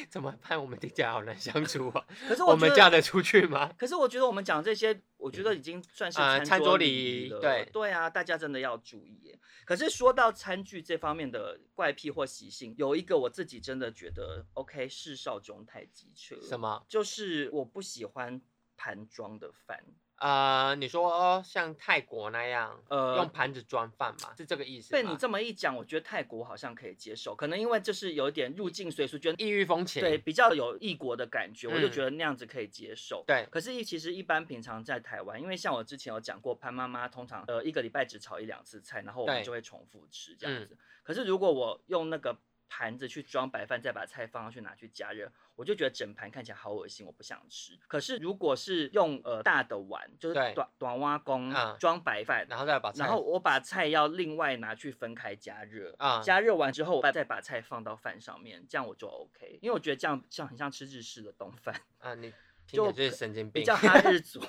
B: 怎么办？我们听起来好难相处啊。
D: 可是
B: 我
D: 觉
B: 们
D: 得
B: 嫁得出去吗？
D: 可是我觉得我们讲这些，我觉得已经算是
B: 呃餐桌
D: 桌
B: 礼
D: 礼
B: 仪
D: 了。
B: 对
D: 对啊，大家真的要注意耶。可是说到餐具这方面的怪癖或习性，有一个我自己真的觉得 OK，世少中太机车。
B: 什
D: 么？
B: 么？
D: 就是我不喜欢盘装的饭。
B: 呃，你说、像泰国那样，
D: 呃
B: 用盘子装饭嘛，是这个意思吗？
D: 被你这么一讲，我觉得泰国好像可以接受，可能因为就是有一点入境随俗，觉得
B: 异域风情。
D: 对比较有异国的感觉，我就
B: 嗯
D: 觉得那样子可以接受。
B: 对，
D: 可是，一其实一般平常在台湾，因为像我之前有讲过，潘妈妈通常呃一个礼拜只炒一两次菜，然后我
B: 对
D: 们就会重复吃这样
B: 嗯
D: 子。可是如果我用那个盘子去装白饭，再把菜放上去拿去加热，我就觉得整盘看起来好恶心，我不想吃。可是如果是用呃大的碗，就是
B: 对
D: 短短挖工
B: 嗯
D: 装白饭，
B: 然后再把菜，
D: 然后我把菜要另外拿去分开加热
B: 啊
D: 加热完之后，我再再把菜放到饭上面，这样我就 OK，因为我觉得这样像很像吃日式的冻饭，
B: 啊，你听
D: 就
B: 起来就是神经
D: 比
B: 病。
D: 较哈日族。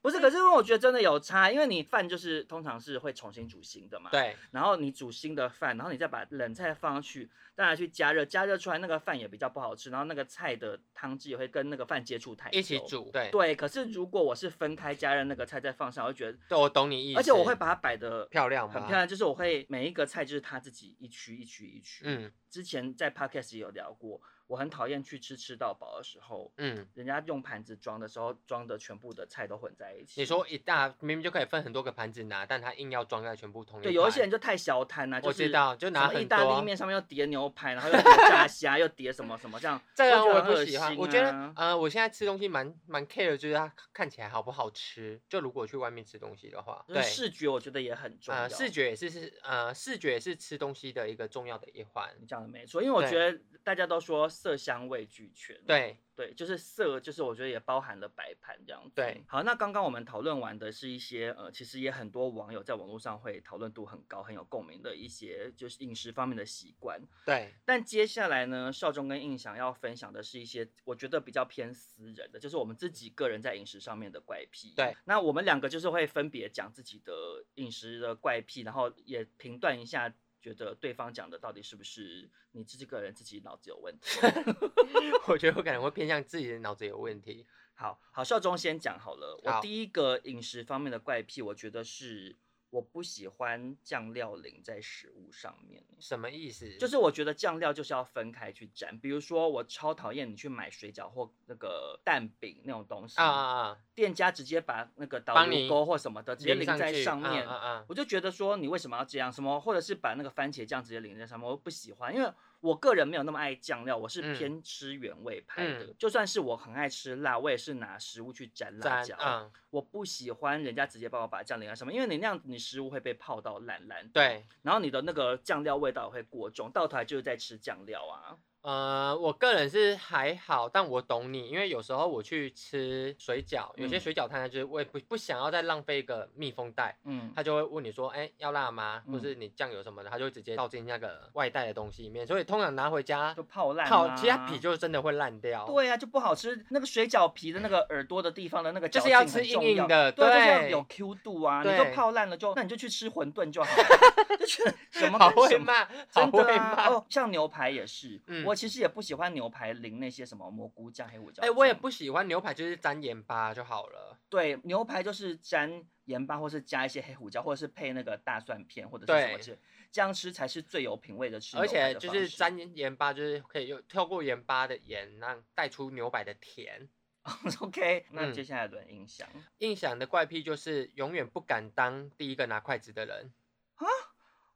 D: 不是，可是因为我觉得真的有差，因为你饭就是通常是会重新煮新的嘛，，
B: 对，
D: 然后你煮新的饭，然后你再把冷菜放上去，再拿去加热，加热出来那个饭也比较不好吃，然后那个菜的汤汁也会跟那个饭接触太久，
B: 一起。煮，对，
D: 对，可是如果我是分开加热那个菜再放上，我就觉得
B: 对，我懂你意思。
D: 而且我会把它摆的
B: 漂亮
D: 很
B: 吗
D: 漂亮，就是我会每一个菜就是它自己一区一区一区。，
B: 嗯
D: 之前在 podcast 也有聊过，我很讨厌去吃吃到饱的时候，
B: 嗯，
D: 人家用盘子装的时候，装的全部的菜都混在一起。
B: 你说一大明明就可以分很多个盘子拿，但他硬要装在全部同一
D: 对，有一些
B: 盘
D: 人就太小贪了、就
B: 我
D: 是
B: 知道，就拿
D: 什么
B: 很
D: 意大
B: 多
D: 利面上面又叠牛 排，然后又叠炸虾，又叠什么什么这样，
B: 这个
D: 我
B: 我
D: 也
B: 也不喜欢。我觉得，
D: 啊、
B: 呃，我现在吃东西蛮蛮 care，就是它看起来好不好吃。就如果去外面吃东西的话，
D: 就是
B: 对，
D: 嗯视觉我觉得也很重要。
B: 呃，视觉也是是呃，视觉也是吃东西的一个重要的一环。
D: 你讲的没错，因为我
B: 对
D: 觉得大家都说色香味俱全。。
B: 对，
D: 对，就是色，就是我觉得也包含了摆盘这样子。
B: 对，
D: 好，那刚刚我们讨论完的是一些呃，其实也很多网友在网络上会讨论度很高、很有共鸣的一些就是饮食方面的习惯。
B: 对，
D: 但接下来呢，少中跟印象要分享的是一些我觉得比较偏私人的，就是我们自己个人在饮食上面的怪癖。
B: 对，
D: 那我们两个就是会分别讲自己的饮食的怪癖，然后也评断一下。觉得对方讲的到底是不是你自己个人自己脑子有问题？
B: 我觉得我可能会偏向自己的脑子有问题。
D: 好好，少中先讲好了。
B: 好
D: 我第一个饮食方面的怪癖，我觉得是我不喜欢酱料淋在食物上面。
B: 什么意思？
D: 就是我觉得酱料就是要分开去沾，比如说我超讨厌你去买水饺或那个蛋饼那种东西，
B: 啊啊啊，
D: 店家直接把那个导
B: 帮
D: 游
B: 你
D: 沟或什么的直接
B: 淋
D: 淋
B: 上
D: 在
B: 去
D: 上
B: 啊
D: 面，
B: 啊啊
D: 我就觉得说你为什么要这样？什么或者是把那个番茄酱直接淋在上面，我不喜欢，因为我个人没有那么爱酱料，我是
B: 嗯
D: 偏吃原味派的。
B: 嗯
D: 就算是我很爱吃辣，我也是拿食物去沾辣
B: 沾
D: 椒。
B: 嗯，
D: 我不喜欢人家直接帮我把酱淋在上面，因为你那样你食物会被泡到烂烂。，
B: 对，
D: 然后你的那个酱料味道也会过重，到头来就是在吃酱料啊。
B: 呃，我个人是还好，但我懂你，因为有时候我去吃水饺，有些
D: 嗯
B: 水饺摊它就是为不不想要再浪费一个密封袋，
D: 嗯，
B: 他就会问你说，哎、要辣吗？或
D: 嗯
B: 是你酱油什么的，他就会直接倒进那个外带的东西里面，所以通常拿回家
D: 就泡烂、啊。
B: 泡，其实它皮就真的会烂掉。。
D: 对啊呀、就不好吃。那个水饺皮的那个耳朵的地方的那个
B: 就是
D: 嚼
B: 要
D: 劲很
B: 吃
D: 重
B: 硬硬的
D: 对，啊就是要
B: 对
D: 有 Q 度啊。你
B: 对
D: 就泡烂了就，那你就去吃馄饨就好 了，就觉得什么
B: 好
D: 跟
B: 会
D: 什么。
B: 骂，好
D: 真
B: 会
D: 的啊，
B: 骂。
D: 哦，像牛排也是，
B: 嗯
D: 我其实也不喜欢牛排淋那些什么蘑菇酱、黑胡椒酱。
B: 哎、我也不喜欢牛排，就是沾盐巴就好了。
D: 对，牛排就是沾盐巴，或是加一些黑胡椒，或者是配那个大蒜片，或者是
B: 对
D: 什么之类，这样吃才是最有品味的吃。
B: 而且就是，沾盐巴，就是可以用透过盐巴的盐，让带出牛排的甜。
D: OK，那
B: 嗯
D: 接下来轮音响。
B: 印象的怪癖就是永远不敢当第一个拿筷子的人，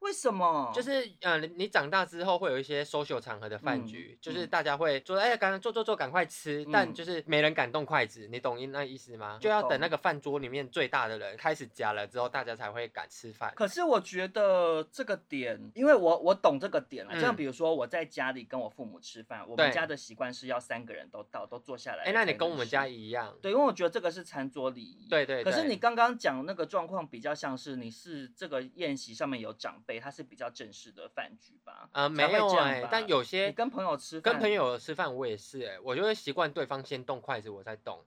D: 为什么？
B: 就是呃，你你长大之后会有一些 social 场合的饭
D: 嗯
B: 局，就是
D: 嗯
B: 大家会说，哎、赶快坐坐坐，赶快吃，但
D: 嗯
B: 就是没人敢动筷子，你懂那意思吗？就要等那
D: 懂
B: 个饭桌里面最大的人开始夹了之后，大家才会敢吃饭。
D: 可是我觉得这个点，因为我我懂这个点了。像
B: 嗯
D: 比如说我在家里跟我父母吃饭，我们
B: 对
D: 家的习惯是要三个人都到，都坐下来。
B: 哎、那你跟我们家
D: 一。
B: 一样，
D: 对，因为我觉得这个是餐桌礼仪。
B: 对对
D: 可是
B: 对
D: 你刚刚讲那个状况比较像是你是这个宴席上面有长辈，他是比较正式的饭局吧？
B: 呃，
D: 才
B: 没
D: 会
B: 有
D: 这样
B: 哎、
D: 吧
B: 但有些
D: 你跟朋友吃饭，
B: 跟朋，友吃饭，我也是哎、我就会习惯对方先动筷子，我再动。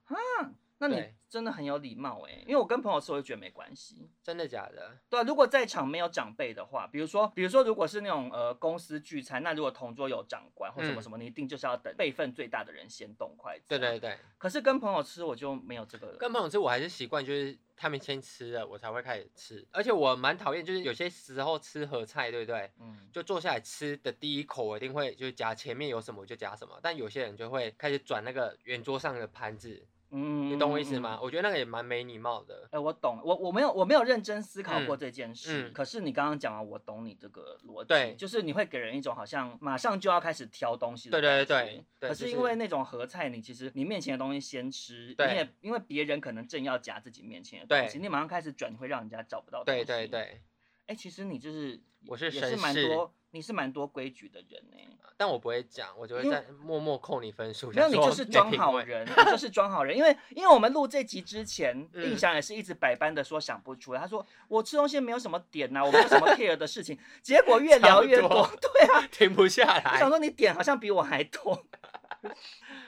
D: 那你
B: 对
D: 真的很有礼貌哎、因为我跟朋友吃，我就觉得没关系。
B: 真的假的？
D: 对啊，如果在场没有长辈的话，比如说，比如说，如果是那种呃公司聚餐，那如果同桌有长官或什么
B: 嗯
D: 什么，你一定就是要等辈分最大的人先动筷子、啊
B: 对对。对，
D: 可是跟朋友吃，我就没有这个。
B: 跟朋友吃我还是习惯就是他们先吃了，我才会开始吃。而且我蛮讨厌就是有些时候吃合菜，对不对？
D: 嗯，
B: 就坐下来吃的第一口，我一定会就是夹前面有什么我就夹什么，但有些人就会开始转那个圆桌上的盘子，
D: 嗯
B: 你懂我意思吗？
D: 嗯
B: 我觉得那个也蛮没礼貌的。
D: 哎、我懂，我我没有我没有认真思考过
B: 嗯
D: 这件事，
B: 嗯
D: 可是你刚刚讲完，我懂你这个逻辑，
B: 对
D: 就是你会给人一种好像马上就要开始挑东西的
B: 对对
D: 感觉，
B: 对对
D: 可
B: 就是
D: 因为那种合菜，你其实你面前的东西先吃，
B: 对
D: 你也因为别人可能正要夹自己面前的东西，
B: 对
D: 你马上开始转，你会让人家找不到东
B: 对
D: 西。
B: 对，对，
D: 哎、其实你就是
B: 我是
D: 也是
B: 绅
D: 蛮
B: 士
D: 多，你是蛮多规矩的人呢、
B: 但我不会讲，我就会
D: 因为
B: 在默默扣你分数。
D: 没有，
B: 想
D: 你
B: 说
D: 就是
B: 没
D: 装
B: 品
D: 好
B: 味
D: 人，你就是装好人。因为因为我们录这集之前，
B: 嗯
D: 印象也是一直百般的说想不出来。他说我吃东西没有什么点呐、我没有什么 care 的事情。结果越聊越多，
B: 差不
D: 对啊，
B: 停不下
D: 我想
B: 来。
D: 说你点好像比我还多。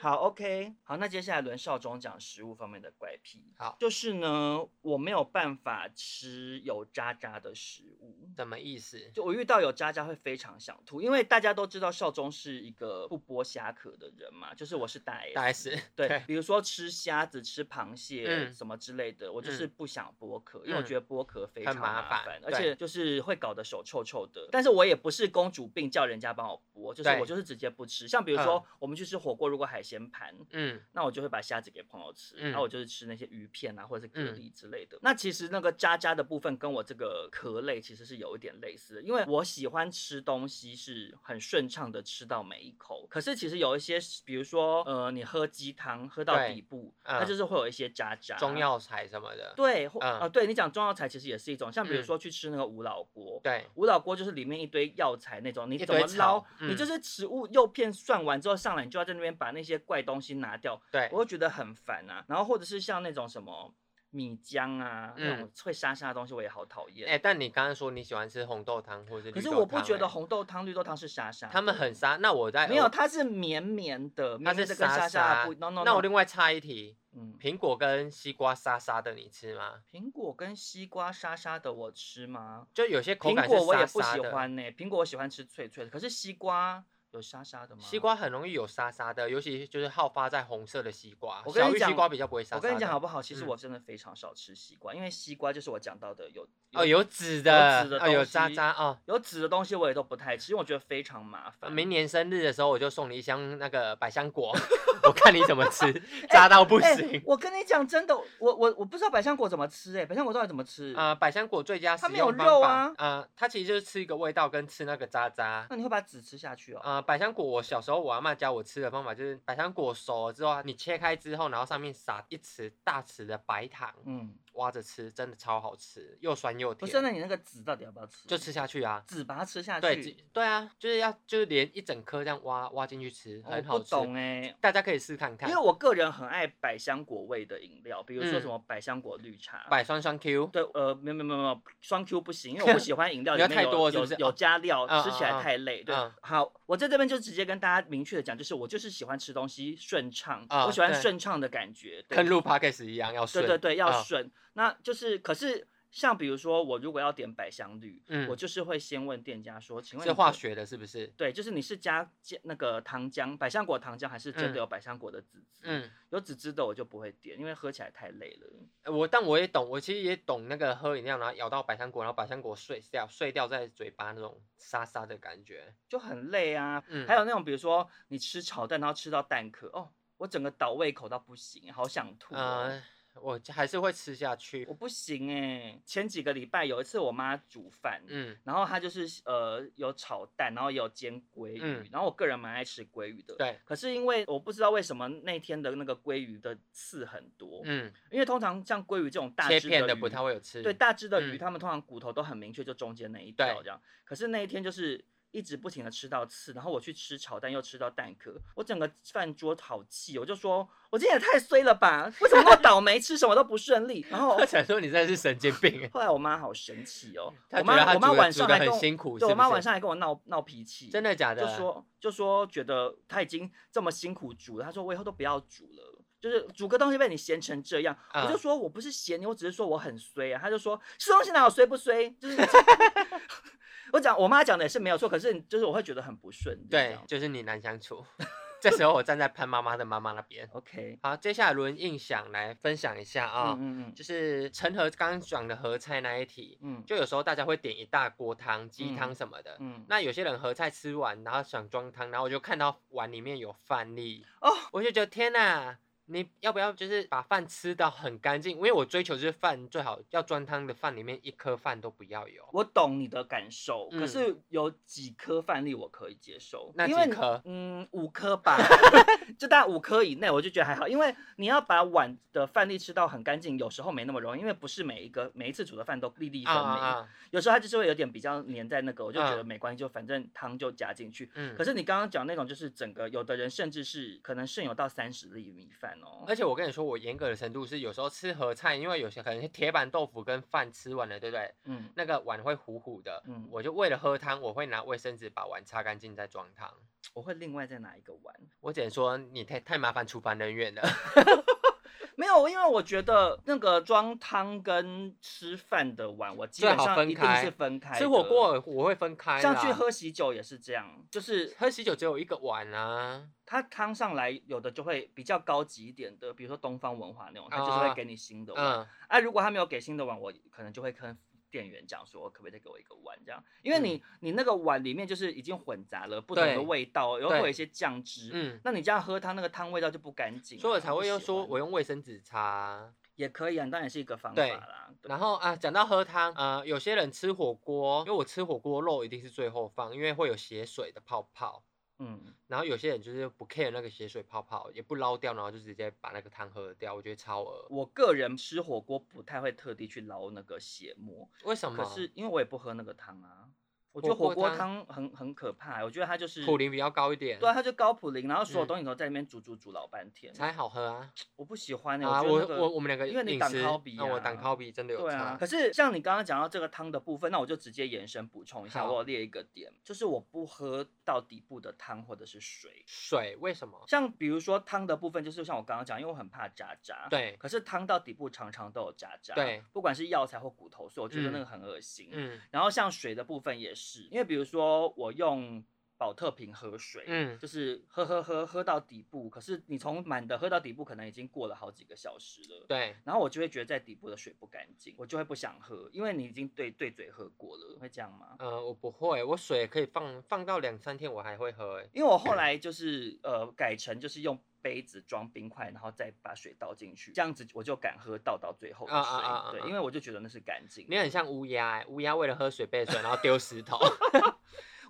D: 好，OK，好，那接下来轮少中讲食物方面的怪癖。
B: 好
D: 就是呢，我没有办法吃有渣渣的食物。
B: 什么意思？
D: 就我遇到有渣渣会非常想吐，因为大家都知道少中是一个不剥虾壳的人嘛，就是我是大 S，
B: 大 S
D: 对，比如说吃虾子、吃螃蟹、
B: 嗯
D: 什么之类的，我就是
B: 嗯
D: 不想剥壳，因为我
B: 嗯
D: 觉得剥壳非常
B: 很麻
D: 麻
B: 烦
D: 而
B: 对
D: 且就是会搞得手臭臭的。但是我也不是公主病，叫人家帮我剥，就是
B: 对
D: 我就是直接不吃。像比如说我们去吃火锅，如果海鲜盘，
B: 嗯，
D: 那我就会把虾子给朋友吃，然后
B: 嗯
D: 我就是吃那些鱼片啊，或者是蛤
B: 嗯
D: 蜊之类的。那其实那个渣渣的部分跟我这个壳类其实是有一点类似的，因为我喜欢吃东西是很顺畅的吃到每一口，可是其实有一些，比如说呃，你喝鸡汤喝到
B: 对
D: 底部，
B: 嗯
D: 它就是会有一些渣渣。
B: 中药材什么的。
D: 对，或
B: 嗯
D: 呃，对你讲中药材其实也是一种，像比如
B: 嗯
D: 说去吃那个五老锅，
B: 对
D: 五老锅就是里面一堆药材那种，你
B: 一
D: 怎么
B: 堆草
D: 捞？你就
B: 嗯
D: 是食物肉片涮完之后上来，你就要在那边把那些怪东西拿掉，
B: 对，
D: 我会觉得很烦啊。然后或者是像那种什么米浆啊，那种会沙沙的东西，我也好讨
B: 嗯
D: 厌。
B: 哎、但你刚刚说你喜欢吃红豆汤或是绿豆汤、
D: 可是我不觉得
B: 哎，
D: 红豆汤、绿豆汤是沙沙的，
B: 他们很沙。那我在
D: 没有，
B: 我
D: 它是绵绵的，
B: 它
D: 绵
B: 是
D: 绵的跟
B: 沙
D: 沙
B: 沙。
D: 不。No no，
B: 那
D: no
B: 我另外插一题，
D: 嗯，
B: 苹果跟西瓜沙沙的你吃吗？
D: 苹果跟西瓜沙沙的我吃吗？
B: 就有些口
D: 苹
B: 感是
D: 果我也
B: 沙
D: 不
B: 沙
D: 喜
B: 的。
D: 欢呢、苹果我喜欢吃脆脆的，可是西瓜有沙沙的吗？
B: 西瓜很容易有沙沙的，尤其就是好发在红色的西瓜，
D: 我跟
B: 小
D: 你
B: 玉西
D: 讲
B: 瓜比较不会沙沙
D: 我
B: 的。
D: 跟你讲好不好？其实
B: 嗯
D: 我真的非常少吃西瓜，因为西瓜就是我讲到的有
B: 哦，有籽的，
D: 有籽的
B: 哦，有
D: 东西
B: 渣渣哦。
D: 有籽的东西我也都不太吃，因为我觉得非常麻
B: 呃
D: 烦。
B: 明年生日的时候，我就送你一箱那个百香 果，我看你怎么吃，渣到不
D: 哎
B: 行。
D: 我跟你讲真的，我我我不知道百香果怎么吃哎、百香果到底怎么吃？
B: 啊、百香果最佳
D: 它
B: 食
D: 没有
B: 用方
D: 肉
B: 法
D: 啊嗯
B: 呃它其实就是吃一个味道跟吃那个渣渣。
D: 那你会把籽吃下去哦？
B: 啊、百香果我小时候我阿妈教我吃的方法就是，百香果熟了之后啊，你切开之后，然后上面撒一匙大匙的白糖，
D: 嗯，
B: 挖着吃，真的超好吃，又酸又
D: 不
B: 甜。
D: 是，那你那个籽到底要不要吃？
B: 就吃下去啊。
D: 籽把它吃下去。
B: 对，只对啊，就是要就是连一整颗这样挖挖进去吃，
D: 哦我
B: 很
D: 不
B: 好吃。
D: 懂哎、
B: 大家可以试看
D: 因
B: 看
D: 为。我个人很爱百香果味的饮料，比如说
B: 嗯
D: 什么百香果绿茶。
B: 百酸酸 Q，
D: 对，呃，没有没有没有没有，双 Q 不行，因为我不喜欢饮 料
B: 你
D: 里
B: 要
D: 面有
B: 太多了是不是
D: 有有加料，
B: 嗯
D: 吃起来
B: 嗯
D: 太累。对
B: 嗯，
D: 好，我在这边就直接跟大家明确的讲，就是我就是喜欢吃东西顺畅，
B: 嗯
D: 我喜欢
B: 对
D: 顺畅的感觉。对
B: 跟录 podcast 一样要顺。
D: 对对对，要
B: 嗯
D: 顺。那就是，可是像比如说，我如果要点百香绿，
B: 嗯
D: 我就是会先问店家说，请问
B: 是
D: 你
B: 化
D: 的？
B: 学的，是不是？
D: 对，就是你是加加那个糖浆，百香果糖浆，还是真
B: 嗯
D: 的有百香果的籽汁？，
B: 嗯，
D: 有籽汁的我就不会点，因为喝起来太累了。
B: 呃我但我也懂，我其实也懂那个喝饮料，然后咬到百香果，然后百香果碎掉，碎掉在嘴巴那种沙沙的感觉。
D: 就很累啊。
B: 嗯
D: 还有那种比如说你吃炒蛋，然后吃到蛋壳，哦，我整个倒胃口到不行，好想吐、哦。
B: 嗯，我还是会吃下去
D: 我。不行哎、前几个礼拜有一次我妈煮饭，
B: 嗯，
D: 然后她就是呃有炒蛋，然后也有煎鲑鱼，
B: 嗯
D: 然后我个人蛮爱吃鲑鱼的。
B: 对，
D: 可是因为我不知道为什么那天的那个鲑鱼的刺很多，
B: 嗯，
D: 因为通常像鲑鱼这种大
B: 切
D: 只
B: 片
D: 的
B: 的不
D: 鱼
B: 太会有吃。
D: 对，大只的鱼，
B: 嗯
D: 它们通常骨头都很明确，就中间那一
B: 对
D: 条这样。可是那一天就是一直不停的吃到刺，然后我去吃炒蛋又吃到蛋壳，我整个饭桌好气，我就说我今天也太衰了吧，为什么那么倒霉，吃什么都不顺利？然后
B: 我想说你真的是神经病。
D: 后来我妈好生气哦，
B: 她
D: 我
B: 觉得
D: 妈
B: 她
D: 我妈
B: 煮得
D: 晚
B: 煮
D: 上
B: 得
D: 还
B: 很
D: 跟我
B: 辛苦是
D: 对我
B: 不
D: 妈
B: 是
D: 晚上还跟我闹闹脾气，
B: 真的假的？
D: 就说就说觉得她已经这么辛苦煮了，她说我以后都不要煮了。就是煮个东西被你嫌成这样，
B: 嗯
D: 我就说我不是嫌你，我只是说我很衰啊。她就说吃东西哪有衰不衰，就是 我讲我妈讲的也是没有错，可是就是我会觉得很不顺利这
B: 对
D: 样。，
B: 就是你难相处。 这时候我站在潘妈妈的妈妈那边。
D: ，OK，
B: 好，接下来轮印象来分享一下啊、
D: 嗯嗯嗯
B: 就是陈和刚刚讲的合菜那一题，
D: 嗯，
B: 就有时候大家会点一大锅汤、鸡
D: 嗯
B: 汤什么的。
D: 嗯
B: 那有些人合菜吃完，然后想装汤，然后我就看到碗里面有饭粒，
D: 哦，
B: 我就觉得天哪，你要不要就是把饭吃到很干净？因为我追求就是饭最好要装汤的饭里面一颗饭都不要有。
D: 我懂你的感受，
B: 嗯
D: 可是有几颗范例我可以接受，
B: 那
D: 因为
B: 几颗
D: 嗯，五颗吧， 就大概五颗以内，我就觉得还好，因为你要把碗的饭粒吃到很干净，有时候没那么容易，因为不是每一个每一次煮的饭都粒粒分
B: 啊
D: 明，
B: 啊啊！
D: 有时候它就是会有点比较粘在那个，我就觉得
B: 嗯
D: 没关系，就反正汤就加进去。
B: 嗯
D: 可，是你刚刚讲那种，就是整个有的人甚至是可能剩有到三十粒米饭哦，
B: 而且我跟你说，我严格的程度是有时候吃合菜，因为有些可能是铁板豆腐跟饭吃完了，对不对？
D: 嗯，
B: 那个碗会糊糊的，
D: 嗯
B: 我就为了喝汤，我会拿卫生纸把碗擦干净再装汤。
D: 我会另外再拿一个碗。
B: 我只能说你太太麻烦厨房人员了。
D: 没有，因为我觉得那个装汤跟吃饭的碗，我基本
B: 最好
D: 上
B: 分
D: 一定
B: 开
D: 是分开的。
B: 吃火锅我会分开啦，
D: 像去喝喜酒也是这样，就是
B: 喝喜酒只有一个碗啊，
D: 它汤上来有的就会比较高级一点的，比如说东方文化那种，它就是会
B: 啊
D: 给你新的碗。
B: 嗯，
D: 啊，如果他没有给新的碗，我可能就会跟店员讲说，可不可以再给我一个碗这样？因为你、你那个碗里面就是已经混杂了不同
B: 嗯
D: 的
B: 对
D: 味道，然后
B: 对
D: 会有一些酱汁，
B: 嗯
D: 那你这样喝汤，那个汤味道就不干净啊，
B: 所以我才
D: 不
B: 会又
D: 喜
B: 说
D: 欢
B: 我用卫生纸擦。
D: 也可以啊，当然是一个方法
B: 对
D: 啦。对
B: 然后啊，讲到喝汤，呃，有些人吃火锅，因为我吃火锅肉一定是最后放，因为会有血水的泡泡。
D: 嗯，
B: 然后有些人就是不 care 那个血水泡泡，也不捞掉，然后就直接把那个汤喝掉，我觉得超恶。
D: 我个人吃火锅不太会特地去捞那个血沫，
B: 为什么？
D: 可是因为我也不喝那个汤啊。我觉得
B: 嗯火
D: 火
B: 锅
D: 锅汤
B: 汤
D: 很很可怕，我觉得它就是
B: 普林比较高一点，
D: 对啊，它就高普林，然后所
B: 嗯
D: 有东西都在那边煮煮煮老半天，
B: 才好喝啊。
D: 我不喜欢欸
B: 啊，
D: 我
B: 我
D: 觉得那个
B: 我我们两个
D: 因为你
B: 饮
D: 挡
B: 食
D: 靠比
B: 啊我挡
D: 啊
B: 靠比真的有
D: 对啊
B: 差，
D: 可。是像你刚刚讲到这个汤的部分，那我就直接延伸补充一下，
B: 好
D: 我有列一个点，就是我不喝到底部的汤或者是水。
B: 水为什么？
D: 像比如说汤的部分，就是像我刚刚讲，因为我很怕渣渣。。
B: 对，
D: 可是汤到底部常常都有渣渣。
B: 对。
D: 不管是药材或骨头，所以我觉得那
B: 嗯
D: 个很恶心。
B: 嗯
D: 然后像水的部分也是，因为比如说我用。保特瓶喝水，
B: 嗯，
D: 就是喝喝喝喝到底部，可是你从满的喝到底部，可能已经过了好几个小时了。
B: 对，
D: 然后我就会觉得在底部的水不干净，我就会不想喝，因为你已经对对嘴喝过了，会这样吗？
B: 呃，我不会，我水可以放放到两三天，我还会喝、欸。
D: 因为我后来就是呃改成就是用杯子装冰块，然后再把水倒进去，这样子我就敢喝倒到最后的水。
B: 啊啊啊啊
D: 对，
B: 啊
D: 因为我就觉得那是干净。
B: 你很像乌鸦、欸，乌鸦为了喝水被水，然后丢石头。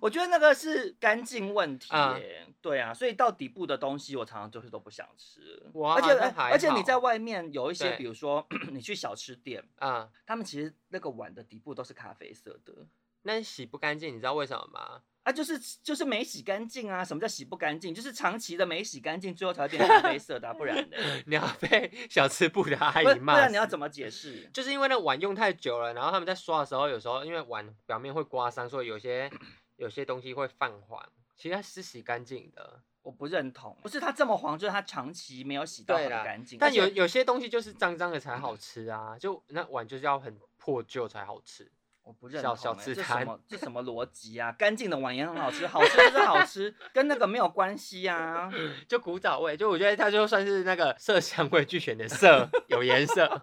D: 我觉得那个是干净问题
B: 啊
D: 耶，对啊，所以到底部的东西我常常就是都不想吃。
B: 哇
D: 而且
B: 那还
D: 而且你
B: 好
D: 在外面有一些，
B: 对
D: 比如说 你去小吃店，
B: 啊、
D: 他们其实那个碗的底部都是咖啡色的。
B: 那洗不干净，你知道为什么吗？
D: 啊，就是就是没洗干净啊！什么叫洗不干净？就是长期的没洗干净，最后才会变咖啡色的啊、不 然的。
B: 你要被小吃部的阿
D: 不
B: 姨
D: 然不
B: 骂
D: 然你
B: 死。
D: 要怎么解释？
B: 就是因为那碗用太久了，然后他们在刷的时候，有时候因为碗表面会刮伤，所以有些有些东西会泛黄。其实它是洗干净的，
D: 我不认同，不是它这么黄，就是它长期没有洗到
B: 对
D: 很
B: 啦
D: 干净。
B: 但
D: 而
B: 有
D: 且
B: 有些东西就是脏脏的才好吃啊，就那碗就是要很破旧才好吃。
D: 我不认
B: 小
D: 同、
B: 小
D: 欸，
B: 吃
D: 这
B: 摊
D: 什么这什么逻辑啊？干净的碗也很好吃，好吃就是好吃，跟那个没有关系啊。
B: 就古早味，就我觉得它就算是那个色香味俱全的色，有颜色。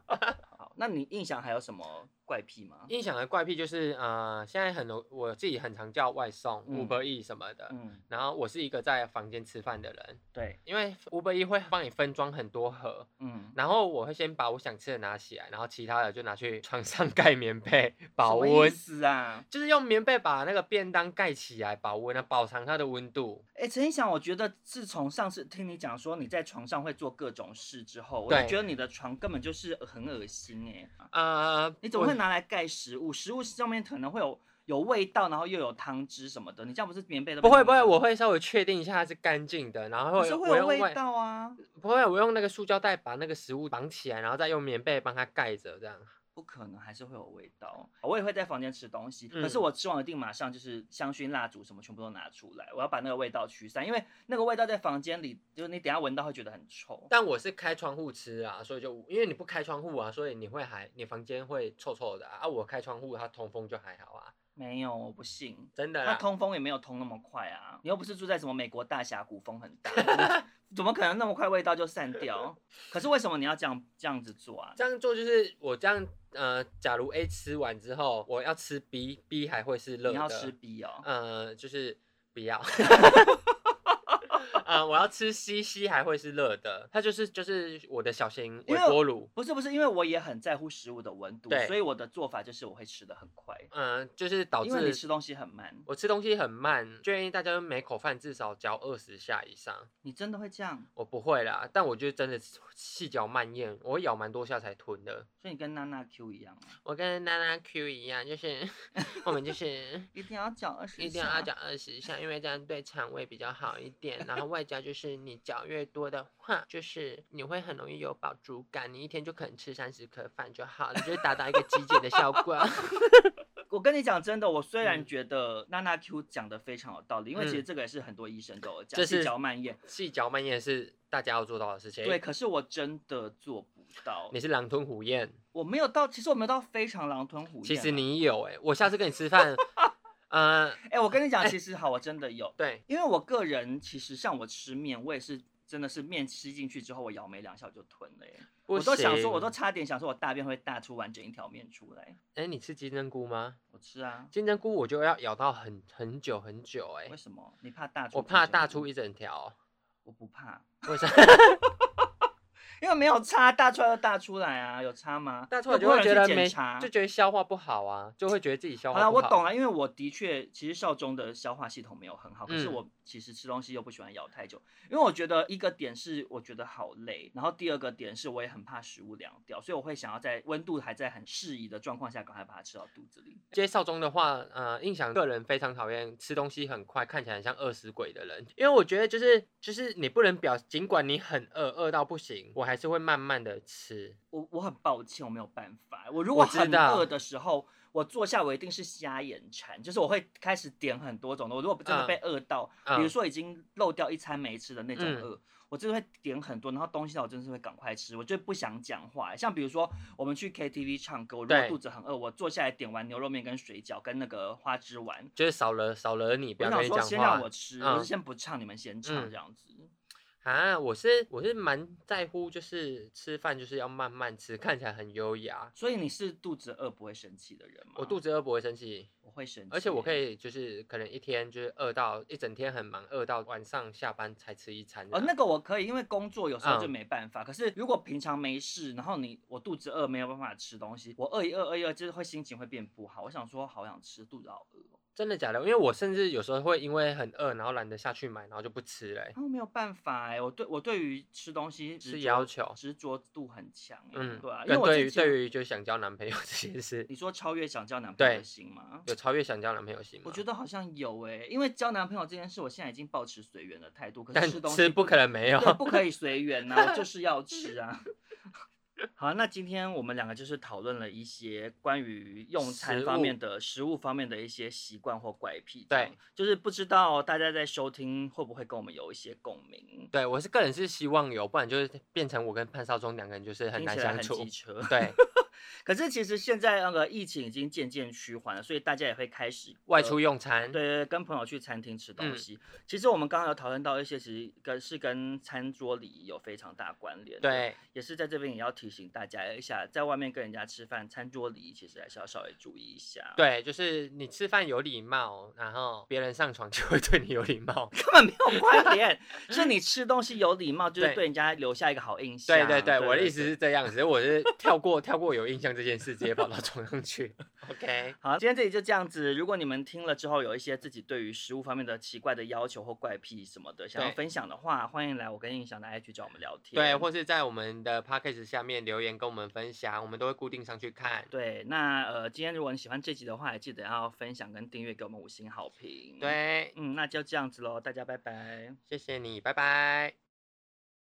D: 好，那你印象还有什么怪癖吗？
B: 印象的怪癖就是呃，现在很多我自己很常叫外送、
D: 嗯
B: Uber E 什么的，
D: 嗯，
B: 然后我是一个在房间吃饭的人，
D: 对，
B: 因为 Uber E 会帮你分装很多盒，
D: 嗯，
B: 然后我会先把我想吃的拿起来，然后其他的就拿去 床上盖棉 被保
D: 什么意
B: 温，
D: 思啊？
B: 就是用棉被把那个便当盖起来保温啊，保藏它的温度。
D: 哎，陈一翔，我觉得自从上次听你讲说你在床上会做各种事之后，我就
B: 对
D: 觉得你的床根本就是很恶心哎、
B: 呃，
D: 你怎么
B: 我
D: 会拿来盖食物？食物上面可能会有有味道，然后又有汤汁什么的，你这样不是棉被都被
B: 不会不
D: 弄
B: 会，
D: 脏
B: 我会稍微确定一下它是干净的，然后
D: 可是
B: 我
D: 啊会有
B: 用
D: 味
B: 外
D: 道啊，
B: 不会，我用那个塑胶袋把那个食物绑起来，然后再用棉被帮它盖着，这样。
D: 不可能还是会有味道。我也会在房间吃东西，
B: 嗯
D: 可是我吃完一定马上就是香薰蜡烛什么全部都拿出来，我要把那个味道驱散，因为那个味道在房间里，就是你等一下闻到会觉得很臭。
B: 但我是开窗户吃啊，所以就因为你不开窗户啊，所以你会还你房间会臭臭的啊。啊我开窗户，它通风就还好啊，
D: 没有，我不信。
B: 真的
D: 它
B: 啦。
D: 通风也没有通那么快啊！你又不是住在什么美国大峡谷，风很大， 怎么怎么可能那么快味道就散掉？可是为什么你要这样这样子做啊？
B: 这样做就是我这样呃，假如 A 吃完之后，我要吃 B，B 还会是热的。
D: 你要吃 B 哦，
B: 呃，就是不 要。呃，我要吃 C，C 还会是热的，它就是就是我的小型
D: 因
B: 微
D: 为
B: 波炉。
D: 不是不是，因为我也很在乎食物的温度
B: 对，
D: 所以我的做法就是我会吃的很快，
B: 嗯，就是导
D: 因为你
B: 致
D: 吃东西很慢，
B: 我吃东西很慢，建议大家每口饭至少嚼二十下以上。
D: 你真的会这样，
B: 我不会啦，但我就真的细嚼慢咽，我会咬蛮多下才吞的。
D: 所以你跟娜娜 Q 一样啊，
B: 我跟娜娜 Q 一样，就是 我们就是
D: 一定要嚼二十，
B: 一定要啊嚼。二十下，因为这样对肠胃比较好一点。然后外加就是你嚼越多的话，就是你会很容易有饱足感，你一天就可能吃三十颗饭就好了，就会达到一个极简的效 果。
D: 我跟你讲真的，我虽然
B: 嗯
D: 觉得娜娜 Q 讲的非常有道理，因为其实这个也是很多医生都有讲，
B: 这是
D: 细嚼慢咽，
B: 细嚼慢咽是大家要做到的事情。
D: 对，，可是我真的做不到
B: 你，是狼吞虎咽。
D: 我没有到，其实我没有到非常狼吞虎咽啊。
B: 其实你有哎、我下次跟你吃 饭，呃，
D: 哎、我跟 你讲，其实好，我真的有，
B: 对，
D: 因为我个人其实像我吃面，我也是真的是面吃进去之后，我咬没两下我就吞了耶。
B: 不
D: 我都想说，
B: 行
D: 我都差点想说，我大便会大出完整一条面出来。
B: 哎、你吃金针菇吗？
D: 我吃啊，
B: 金针菇我就要咬到很很久很久哎、
D: 为什么？你怕大出？
B: 我怕大出一，整条，哦
D: 我不怕，
B: 为 啥？
D: 因为没有差，大出来就大出来啊，有差吗？
B: 大出
D: 又
B: 来
D: 不
B: 就
D: 会
B: 会觉
D: 有人
B: 得
D: 去
B: 没
D: 检查，
B: 就觉得消化不好啊，就会觉得自己消
D: 好
B: 化
D: 了，
B: 不好。
D: 我懂了，因为我的确，其实少中的消化系统没有很好，可是
B: 嗯
D: 我其实吃东西又不喜欢咬太久，因为我觉得一个点是我觉得好累，然后第二个点是我也很怕食物凉掉，所以我会想要在温度还在很适宜的状况下，赶快把它吃到肚子里。
B: 接少中的话，呃，印象个人非常讨厌吃东西很快，看起来很像饿死鬼的人，因为我觉得就是就是你不能表，尽管你很饿，饿到不行，我还是会慢慢的吃。
D: 我我很抱歉，我没有办法。我如果
B: 我知
D: 很
B: 道
D: 饿的时候，我坐下我一定是瞎眼馋，就是我会开始点很多种的。我如果真的
B: 嗯
D: 被饿到，
B: 嗯
D: 比如说已经漏掉一餐没吃的那种
B: 嗯
D: 饿，我真的会点很多，然后东西呢我真的是会赶快吃，我就不想讲话。像比如说我们去 KTV 唱歌，我如果
B: 对
D: 肚子很饿，我坐下来点完牛肉面跟水饺跟那个花枝丸，
B: 就是少了少了你，不
D: 我
B: 要
D: 想
B: 跟你
D: 说
B: 讲
D: 先让
B: 话
D: 我吃，
B: 嗯
D: 我是先不唱，你们先唱
B: 嗯
D: 这样子。
B: 啊！我是我是蛮在乎，就是吃饭就是要慢慢吃，看起来很优雅。
D: 所以你是肚子饿不会生气的人吗？
B: 我肚子饿不会生气，
D: 我会生气，
B: 而且我可。以就是可能一天就是饿到一整天很忙，饿到晚上下班才吃一餐这
D: 哦
B: 样。，
D: 那个我可以，因为工作有时候就
B: 嗯
D: 没办法。可是如果平常没事，然后你我肚子饿没有办法吃东西，我饿一饿饿一饿，就是会心情会变不好。我想说好想吃，肚子好饿哦，
B: 真的假的？因为我甚至有时候会因为很饿，然后懒得下去买，然后就不吃了欸、
D: 然后没有办法哎、我对我对于吃东西执
B: 是
D: 着
B: 要求
D: 执着度很强哎、
B: 嗯，
D: 对啊，因为
B: 跟
D: 我
B: 对于
D: 之前
B: 对于就想交男朋友这件事，
D: 你说超越想交男朋友的
B: 对啊
D: 心吗？
B: 有超越想交男朋友心吗？
D: 我觉得好像有哎、因为交男朋友这件事，我现在已经保持随缘的态度。可
B: 但
D: 是吃东西
B: 吃不可能没有。
D: 对，不可以随缘呐， 我就是要吃啊。好，那今天我们两个就是讨论了一些关于用餐
B: 食
D: 方
B: 物
D: 面的、食物方面的一些习惯或怪癖。
B: 对
D: 这样，就是不知道大家在收听会不会跟我们有一些共鸣，
B: 对我是个人是希望有，不然就是变成我跟潘少忠两个人就是很
D: 听
B: 难
D: 起来
B: 相
D: 很
B: 处
D: 机。车。
B: 对，
D: 可是其实现在那个疫情已经渐渐趋缓了，所以大家也会开始
B: 外
D: 呃
B: 出用餐，
D: 对对，跟朋友去餐厅吃东
B: 嗯
D: 西。其实我们刚刚有讨论到一些，其实跟是跟餐桌礼仪有非常大关联。，
B: 对
D: 也是在这边也要提醒大家一下，在外面跟人家吃饭，餐桌礼仪其实还是要稍微注意一下。，
B: 对，就是你吃饭有礼貌，然后别人上床就会对你有礼 貌。
D: 根本没 有关联，是你吃东西有礼貌，就是
B: 对
D: 对人家留下一个好印象。
B: 对对对，我的意思。
D: 啊对
B: 是这样，只是我是跳过跳过有印象这件事，直接跑到床上 去。OK，
D: 好，今天这里就这样子。如果你们听了之后有一些自己对于食物方面的奇怪的要求或怪癖什么的，想要
B: 对
D: 分享的话，欢迎来我跟印象的 IG 找我们聊天。
B: 对，或是在我们的 p a c k a g e 下面留言跟我们分享，我们都会固定上去看。
D: 对，那呃，今天如果你喜欢这集的话，也记得要分享跟订阅，给我们五星好评。，
B: 对，
D: 嗯，那就这样子喽，大家拜拜。
B: 谢谢你，拜拜。